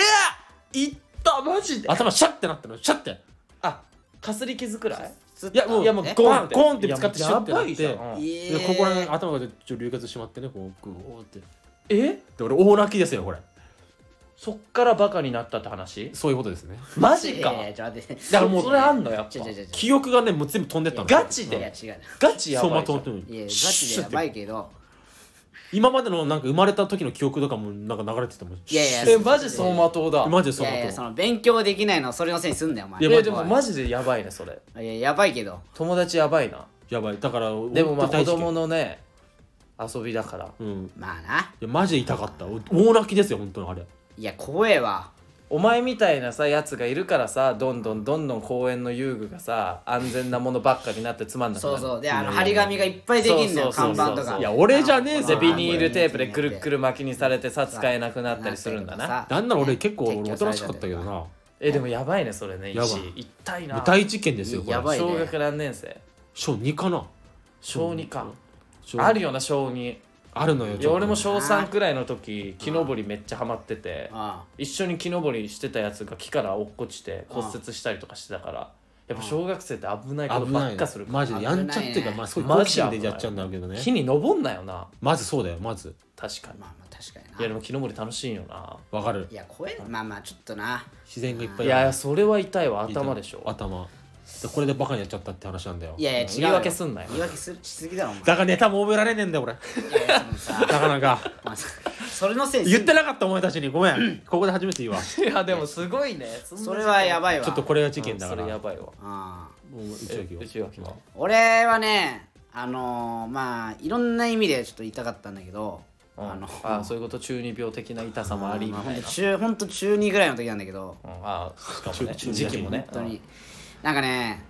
ー、いったマジであ頭シャッてなったのシャッてかすり傷くらいずっといやもういやもうえゴンってゴンってぶつかっていやシュッてなっやてばいじゃんうんえでーここら辺頭がちょっと流血してまってねこうグーってえで俺大泣きですよこれそっからバカになったって話そういうことですねマジいかやいやちょっと待ってだからもうそれあんのやっぱ違う違う違う記憶がねもう全部飛んでったのガチいやで違うなガチや走ば馬いじゃ灯んってのにいやガチでやばいけど今までのなんか生まれた時の記憶とかもなんか流れてたもんいやいやえマジ走馬灯だマジでいそうやい思やその勉強できないのそれのせいにすんだよお前いえやでもマジでやばいねそれいややばいけど友達やばいなやばいだからでもまあ本当子大事件供のね遊びだからうんいまあなやマジで痛かったお大泣きですよ本当にあれいや怖えわお前みたいなさやつがいるからさどんどんどんどん公園の遊具がさ安全なものばっかになってつまんなくなそるうそうであの張り紙がいっぱいできんだよそうそ看うそう板とかいや俺じゃねえでぜビニールテープでくるっくるる巻きにされてさ使えなくなったりするんだななんなら俺結構撤去俺おとなしかったけどなえでもやばいねそれねやばい石井痛いなもう第一件ですよこれやばいね小学何年生小2かな小2か小あるよな小2あるのよいちやょっと俺も小3くらいの時木登りめっちゃハマっててあ一緒に木登りしてたやつが木から落っこちて骨折したりとかしてたからやっぱ小学生って危ないこと危なばっいかするからマジでやんちゃっていうか危ないねまあそういうマ好ジで危奇心ないでやっちゃうんだろうけどね木に登んなよなまずそうだよまず確かにまあまあ確かにいやでなも木登り楽しいよなわかるいや声まあまあちょっとな自然がいっぱいいやそれは痛いわ頭でしょ頭でこれでバカにやっちゃったって話なんだよいやいや違うよ言い訳すんなよ言い訳するしすぎだろお前だからネタも覚えられねえんだよ俺いやいやそのさなかなかまあそそれのせいに言ってなかったお前たちにごめんここで初めて言うわちいやでもすごいねそれはやいばいわょっとこれが事件だそかれやらばいわああもう内訳を内脇は俺はねあのーまあいろんな意味でちょっと痛かったんだけど、ああのあそういうこと中二病的な痛さもありみまあ、たほんいとな中ほんと中2ぐらいの時なんだけどうんああしかもね中中時期もね本当に、なんかね、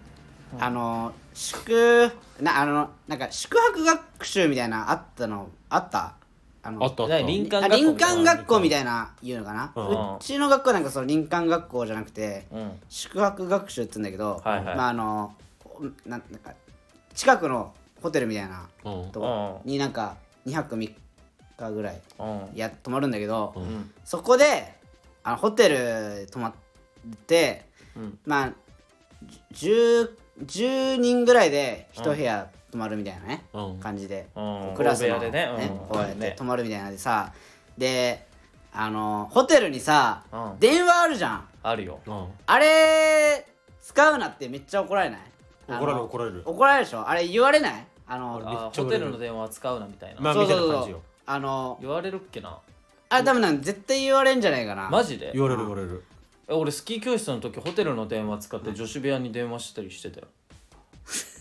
あの宿なあのなんか宿泊学習みたいなあったのあったあのあったあうっんたあ何林間学校林間学校みたいな言うのかな、うんうんうちの学校はなんかその林間学校じゃなくて、うん宿泊学習って言うんだけど、はいはいまああのななんか近くのホテルみたいなうんとこになんか2泊3日ぐらいうんや泊まるんだけど、うんそこであのホテル泊まって、うんまあじゅ 10, 10人ぐらいで1部屋泊まるみたいなね、うん感じで、うんクラス大の、部屋でねうんこうやってね泊まるみたいなんでさであのホテルにさ、うん電話あるじゃんあるようんあれ使うなってめっちゃ怒られないあの怒られる怒られる怒られるでしょあれ言われないあのあっちゃホ俺テルの電話使うなみたいまなあそうそうそうみたいな感じよあの言われるっけなあれ多分なんか絶対言われんじゃないかなマジで言われる言われるえ俺スキー教室の時ホテルの電話使って女子部屋に電話したりしてたよ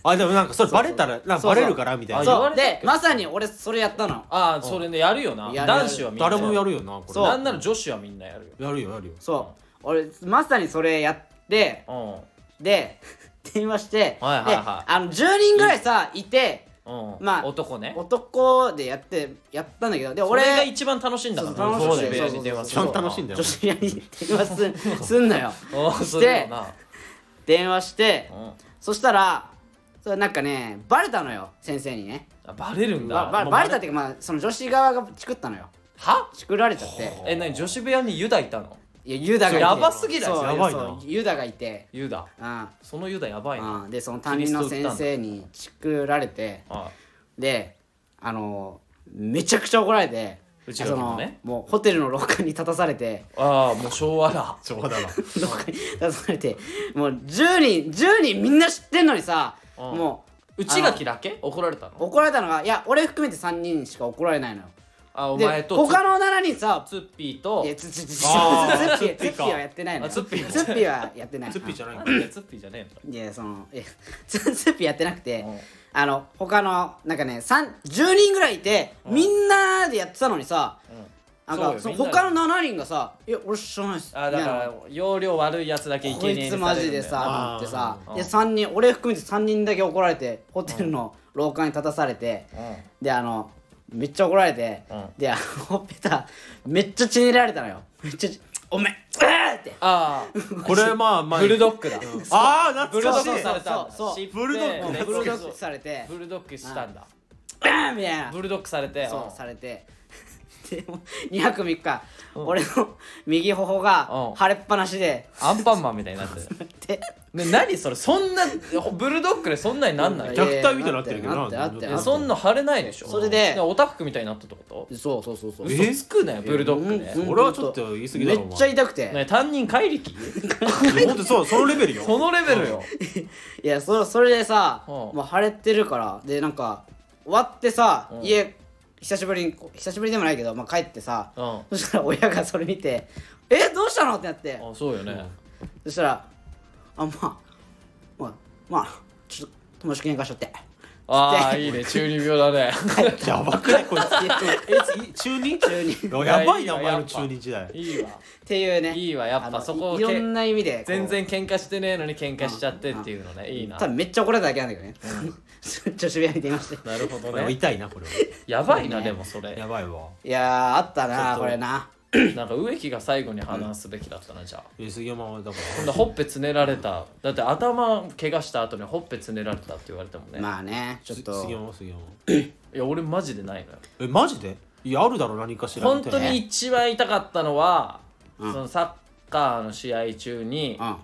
あでもなんかそれバレたらなんかバレるからみたそういな言わそうれたっけでまさに俺それやったのああそれねやるよなやる男子はみんな誰もやるよなこそうれなんなら女子はみんなやるよやるよやるよそう俺まさにそれやってうで 電話して、はいはいはいであの10人ぐらいさいてんうんまあ男ね男でやってやったんだけどで俺俺が一番楽しいんだからそう楽しい女子部屋に電話するそうそうそう一番楽しいんだよ女子部屋に電話 すすんなよよしてそうだよな電話してうんそしたらそれなんかねバレたのよ先生にねあバレるんだばばもうバレたっていうかまあその女子側がチクったのよはチクられちゃってえ何女子部屋にユダいたのいやユダがいてやばすぎだよそうやばいなそうユダがいてユダうんそのユダやばいなうん、でその担任の先生にチクられてあであのめちゃくちゃ怒られてうちの時もねそのもうホテルの廊下に立たされてあもう昭和だそうだな廊下に立たされてもう10人10人みんな知ってんのにさうんも内垣だけ怒られたうの怒られたのがいや俺含めて3人しか怒られないのよあおで前と他の7人さツッピーといやつつつつつつあーっぴーツッピーツッかピーはやってないのよあツッピーツッピーはやってないツッピーじゃないあ のいやツッピーじゃねいやそのいやツッピーやってなくえてんだあの他のなんかね3 10人ぐらいいてみんなでやってたのにさなんそうかよそのみんなで他の7人がさ「いや俺知らないっす」あだかみたいらな容量悪いやつだけいこけいねえつマジでさあとー思ってうさんで3人俺含めて3人だけ怒られてホテルの廊下に立たされてであのめっちゃ怒られてうんであのほっぺためっちゃちねられたのよめっちゃち「おめえ!」ってあこれまあまああブルドッグだああブルドッ懐かしグいされたんだそうそう尻尾ブルドッグでブルドそッうグされてブルドッグしたん「だうんみたいなブルドッグされてそううされてでも2泊3日俺の右頬がうん腫れっぱなしでんアンパンマンみたいに なってるでね何それそんなブルドッグでそんなになんないや虐待みたいになってるけどななってなっていなえってそんな腫れないでしょそれでおたふくみたいになったってことそうそうそうそうえ嘘つくなよブルドッグうんで俺はちょっと言い過ぎだろおめ前っちゃ痛くてね担任 怪力いやほんとそうそのレベルよそのレベルよいやそそれでさうんもう腫れてるからでなんか終わってさうん家久しぶりにこう久しぶりでもないけどまあ帰ってさうんあそしたら親がそれ見て「えどうしたの?」ってなってそうよねそしたら「あまあまあまあちょっと友達喧嘩しちゃって」ああいいね中二病だ ねやばくないこいつえい中二中二いややばいなおいやいいよ前やっのぱ中二時代いいわっていうねいいわやっぱあのそこをいいろんな意味でこう全然喧嘩してねえのに喧嘩しちゃってっていうのねいいな多分めっちゃ怒られただけなんだけどね、 女子部屋に電話してなるほどこれはね痛いなこれはやばいなでもそれやばいわいやーあったちょっなとこれななんか植木が最後に話すべきだったなじゃあえ杉山はだか今度ほっぺつねられただって頭怪我した後にほっぺつねられたって言われたもんね、まあねちらょっす杉と山は杉山いや俺マジでないのよえマジでいやあるだろ何かしら本みたい当なに一番痛かったのは、うんそのサッカーの試合中に、うん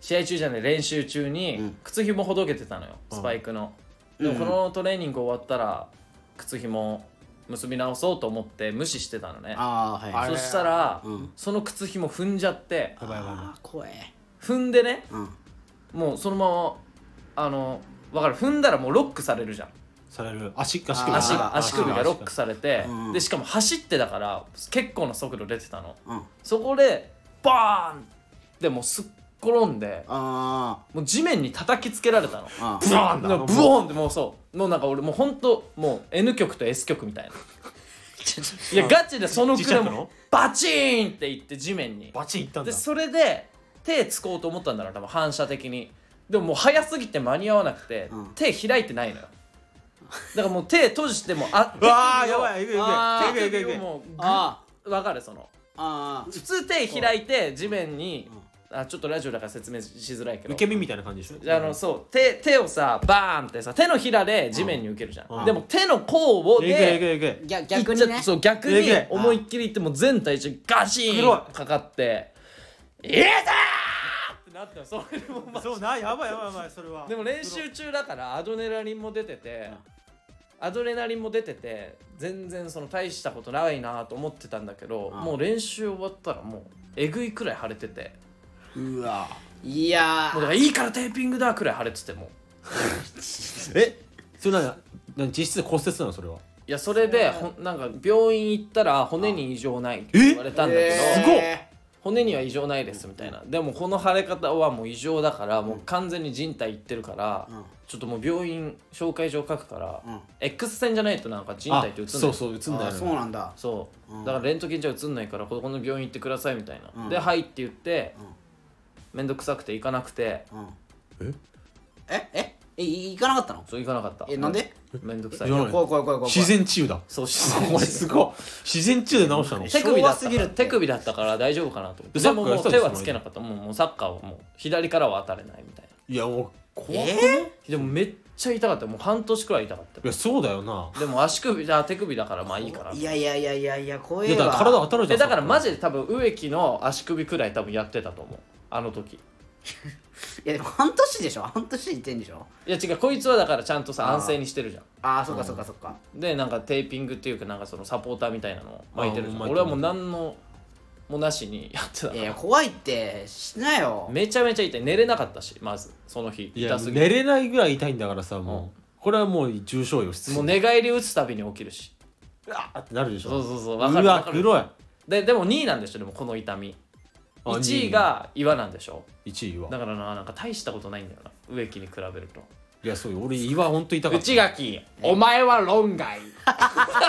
試合中じゃない練習中に、うん靴ひもほどけてたのよスパイクの、でもこのトレーニング終わったら靴ひも結び直そうと思って無視してたのねああはいそしたら、うんその靴ひも踏んじゃってやばいやばいやばあー怖え踏んでねうんもうそのままあのわかる踏んだらもうロックされるじゃんいされる足足首あー足あー足首がロックされてうんでしかも走ってだから結構な速度出てたのうんそこでバーンでもうすっ転んであもう地面に叩きつけられたのーあ ブワーンだなんかブオーンってもうそうもうなんか俺もうほんともう N 曲と S 曲みたいないやガチでそのくらい磁石ものバチーンっていって地面にバチンいったんだでそれで手つこうと思ったんだろう多分反射的にでももう早すぎて間に合わなくて、うん手開いてないのよだからもう手閉じてもあ うわーやばいえぐいえぐいあーえぐいえぐいえ手ぐい首をもうグッあわかるそのあー普通手開いて地面に、あちょっとラジオだから説明しづらいけど受け身みたいな感じでしょじゃああのそう手手をさバーンってさ手のひらで地面に受けるじゃん、うんでも手の甲をえぐいえぐいでえぐいぎゃ行っ逆ちにゃってねそう逆えにぐい思いっきりいってもう全体重ガシ黒ーンかかって「いえたー!」ってなったのそれもまあそうなやばいやばいやばいそれはでも練習中だからアドレナリンも出ててアドレナリンも出てて全然その大したことないなと思ってたんだけどうんもう練習終わったらもうえぐいくらい腫れててうわいやもうだからいいからテーピングだくらい腫れててもうえそれな何実質で骨折なのそれはいやそれでほんなんか病院行ったら骨に異常ないって言われたんだけど、えー骨には異常ないですみたいなでもこの腫れ方はもう異常だからもう完全に人体行ってるから、うんちょっともう病院紹介状書くから、うん X 線じゃないとなんか人体って映んないそうそう映んだあよーそうなんだそううんだからレントゲンじゃ映んないからここの病院行ってくださいみたいな、うんで「はい」って言って、うんめんどくさくて行かなくてうんええええい行かなかったのそう行かなかったえなんでめんどくさいいや怖い怖い怖い怖い怖い自然治癒だそうしお前すごい自然治癒で直したの手首 昭だ和っすたぎかるっらて手首だったから大丈夫かなと思ってででサッカもーもやっうてた手でしょはつけなかったもうもうサッカーはもう左からは当たれないみたいいやもう怖っいえなでもめっちゃ痛かったもう半年くらい痛かったやそうだよなでも足首だ手首だからまあいいかなーいやいやいやいやいや怖いえやだわから体当たるじゃえんだからマジで多分植木の足首くらい多分やってたと思うあの時いやでも半年でしょ半年いってんでしょいや違うこいつはだからちゃんとさあー安静にしてるじゃんああそっかそっかそっかでなんかテーピングっていうかなんかそのサポーターみたいなのを巻いてるじゃんあー巻いてる俺はもう何のもなしにやってたかいやいやら怖いってしなよめちゃめちゃ痛い寝れなかったしまずその日いや痛すぎて寝れないぐらい痛いんだからさもうこれはもう重症よ普通にもう寝返り打つたびに起きるしうわーってなるでしょそうそうそううわかるわわかる黒いででも2位なんでしょでもこの痛みあ1位が岩なんでしょ1位だはからななんか大したことないんだよな植木に比べるといやそうよ俺岩本当痛かった内垣お前は論外違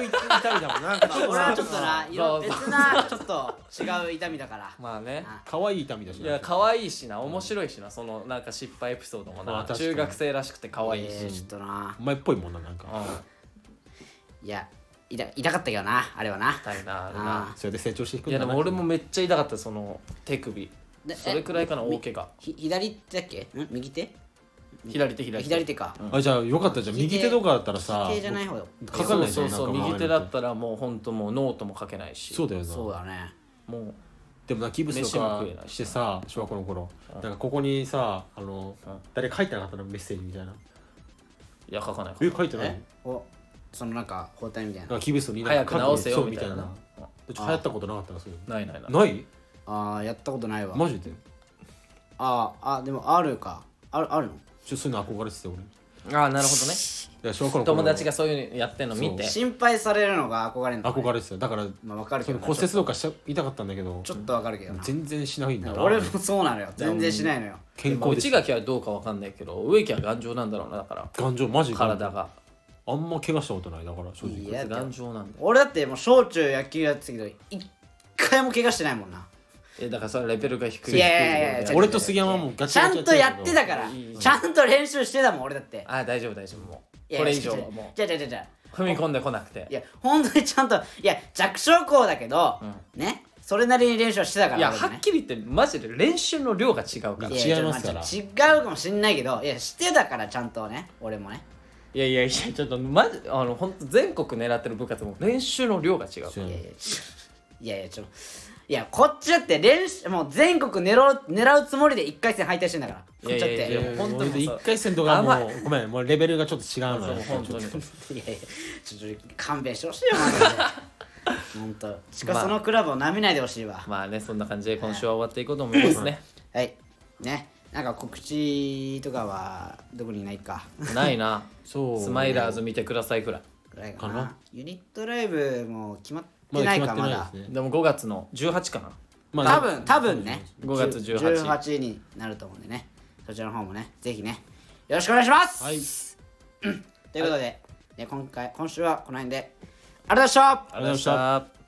う痛みだもんななんまあかちょ俺っとはなちょっとな色そう別なちょっと違う痛みだからまあねあ可愛い痛みだしいなや可愛いしな面白いしなそのなんか失敗エピソードもまなあ確かに中学生らしくて可愛いえーし、ちょっとなお前っぽいもんななんうかんいや痛痛かったけどなあれはな痛いなあれあなそれで成長していくんいやだなでも俺もめっちゃ痛かったその手首でそれくらいかなえ大怪我ひ左手だっけん右手左手左手左手かあじゃあよかったじゃん右手とかだったらさ右手じゃない方よかかんないじそゃうんそうそうなんか右手だったらもう本当もうノートも書けないしそうだよそうなだねもうでもなキブス飯とかも食えないししてさ小学校の頃なんかここにさあのうん誰か書いてなかったのメッセージみたいないや書かないえ書いてないえおそのなんか包帯みたいななんかキブスになん早かく直せ書よくみたいなそうちょっと流行ったことなかったなそういううんないないないのないあーやったことないわマジであーあでもあるかあるあるのちょそういうの憧れてたよ俺いああなるほどねや小学校の頃友達がそういうのやってんの見て心配されるのが憧れんの憧れてたよだからまあわかるそけどのな骨折とかしちゃ痛かったんだけどちょっとわかるけどな全然しないんだよな俺もそうなのよ全然しないのよ健まあ康で内す垣はどうかわかんないけど植木は頑丈なんだろうなだから頑丈マジで体があんま怪我したことないだから正直いや頑丈なんだよ俺だってもう小中野球やってたけど一回も怪我してないもんなえだからそれはレベルが低いいやいやいやいや低ちょ俺俺と杉山はもうガチちガゃチんとやってたからいいいいちゃんと練習してたもん俺だってあ大丈夫大丈夫もいうやこれ以上はもじゃじゃじゃじゃ踏み込んでこなくていや本当にちゃんといや弱小校だけど、ねそれなりに練習はしてたからいや俺はもねっきり言ってマジで練習の量が違うからりいいや違いますかちょらまあちょ違うかもしんないけどいやしてたからちゃんとね俺もねやいやいやちょっとマジあの本当全国狙ってる部活も練習の量が違うそういやいやちょいやいやちょいやこっちだって練習もう全国狙う狙うつもりで1回戦敗退してんだからこっちだっいてやいやいやいや本当に俺一回戦とか甘もうごめんもうレベルがちょっと違うのよ本当に いやいやちょっと勘弁してほしいよ マジで本当しかまあそのクラブを舐めないでほしいわ、まあねそんな感じで今週は終わっていこうと思いますね はいねなんか告知とかはどこにないかないなそうスマイラーズ見てくださいくらいぐらいかなかなユニットライブも決まってまなだい決かまってまなだいですねでも5月の18かなま多分多分ね5月18 18になると思うんでねそちらの方もねぜひねよろしくお願いします、はいということで、ね今回今週はこの辺でありがとうございましたありがとうございましたありがとうございました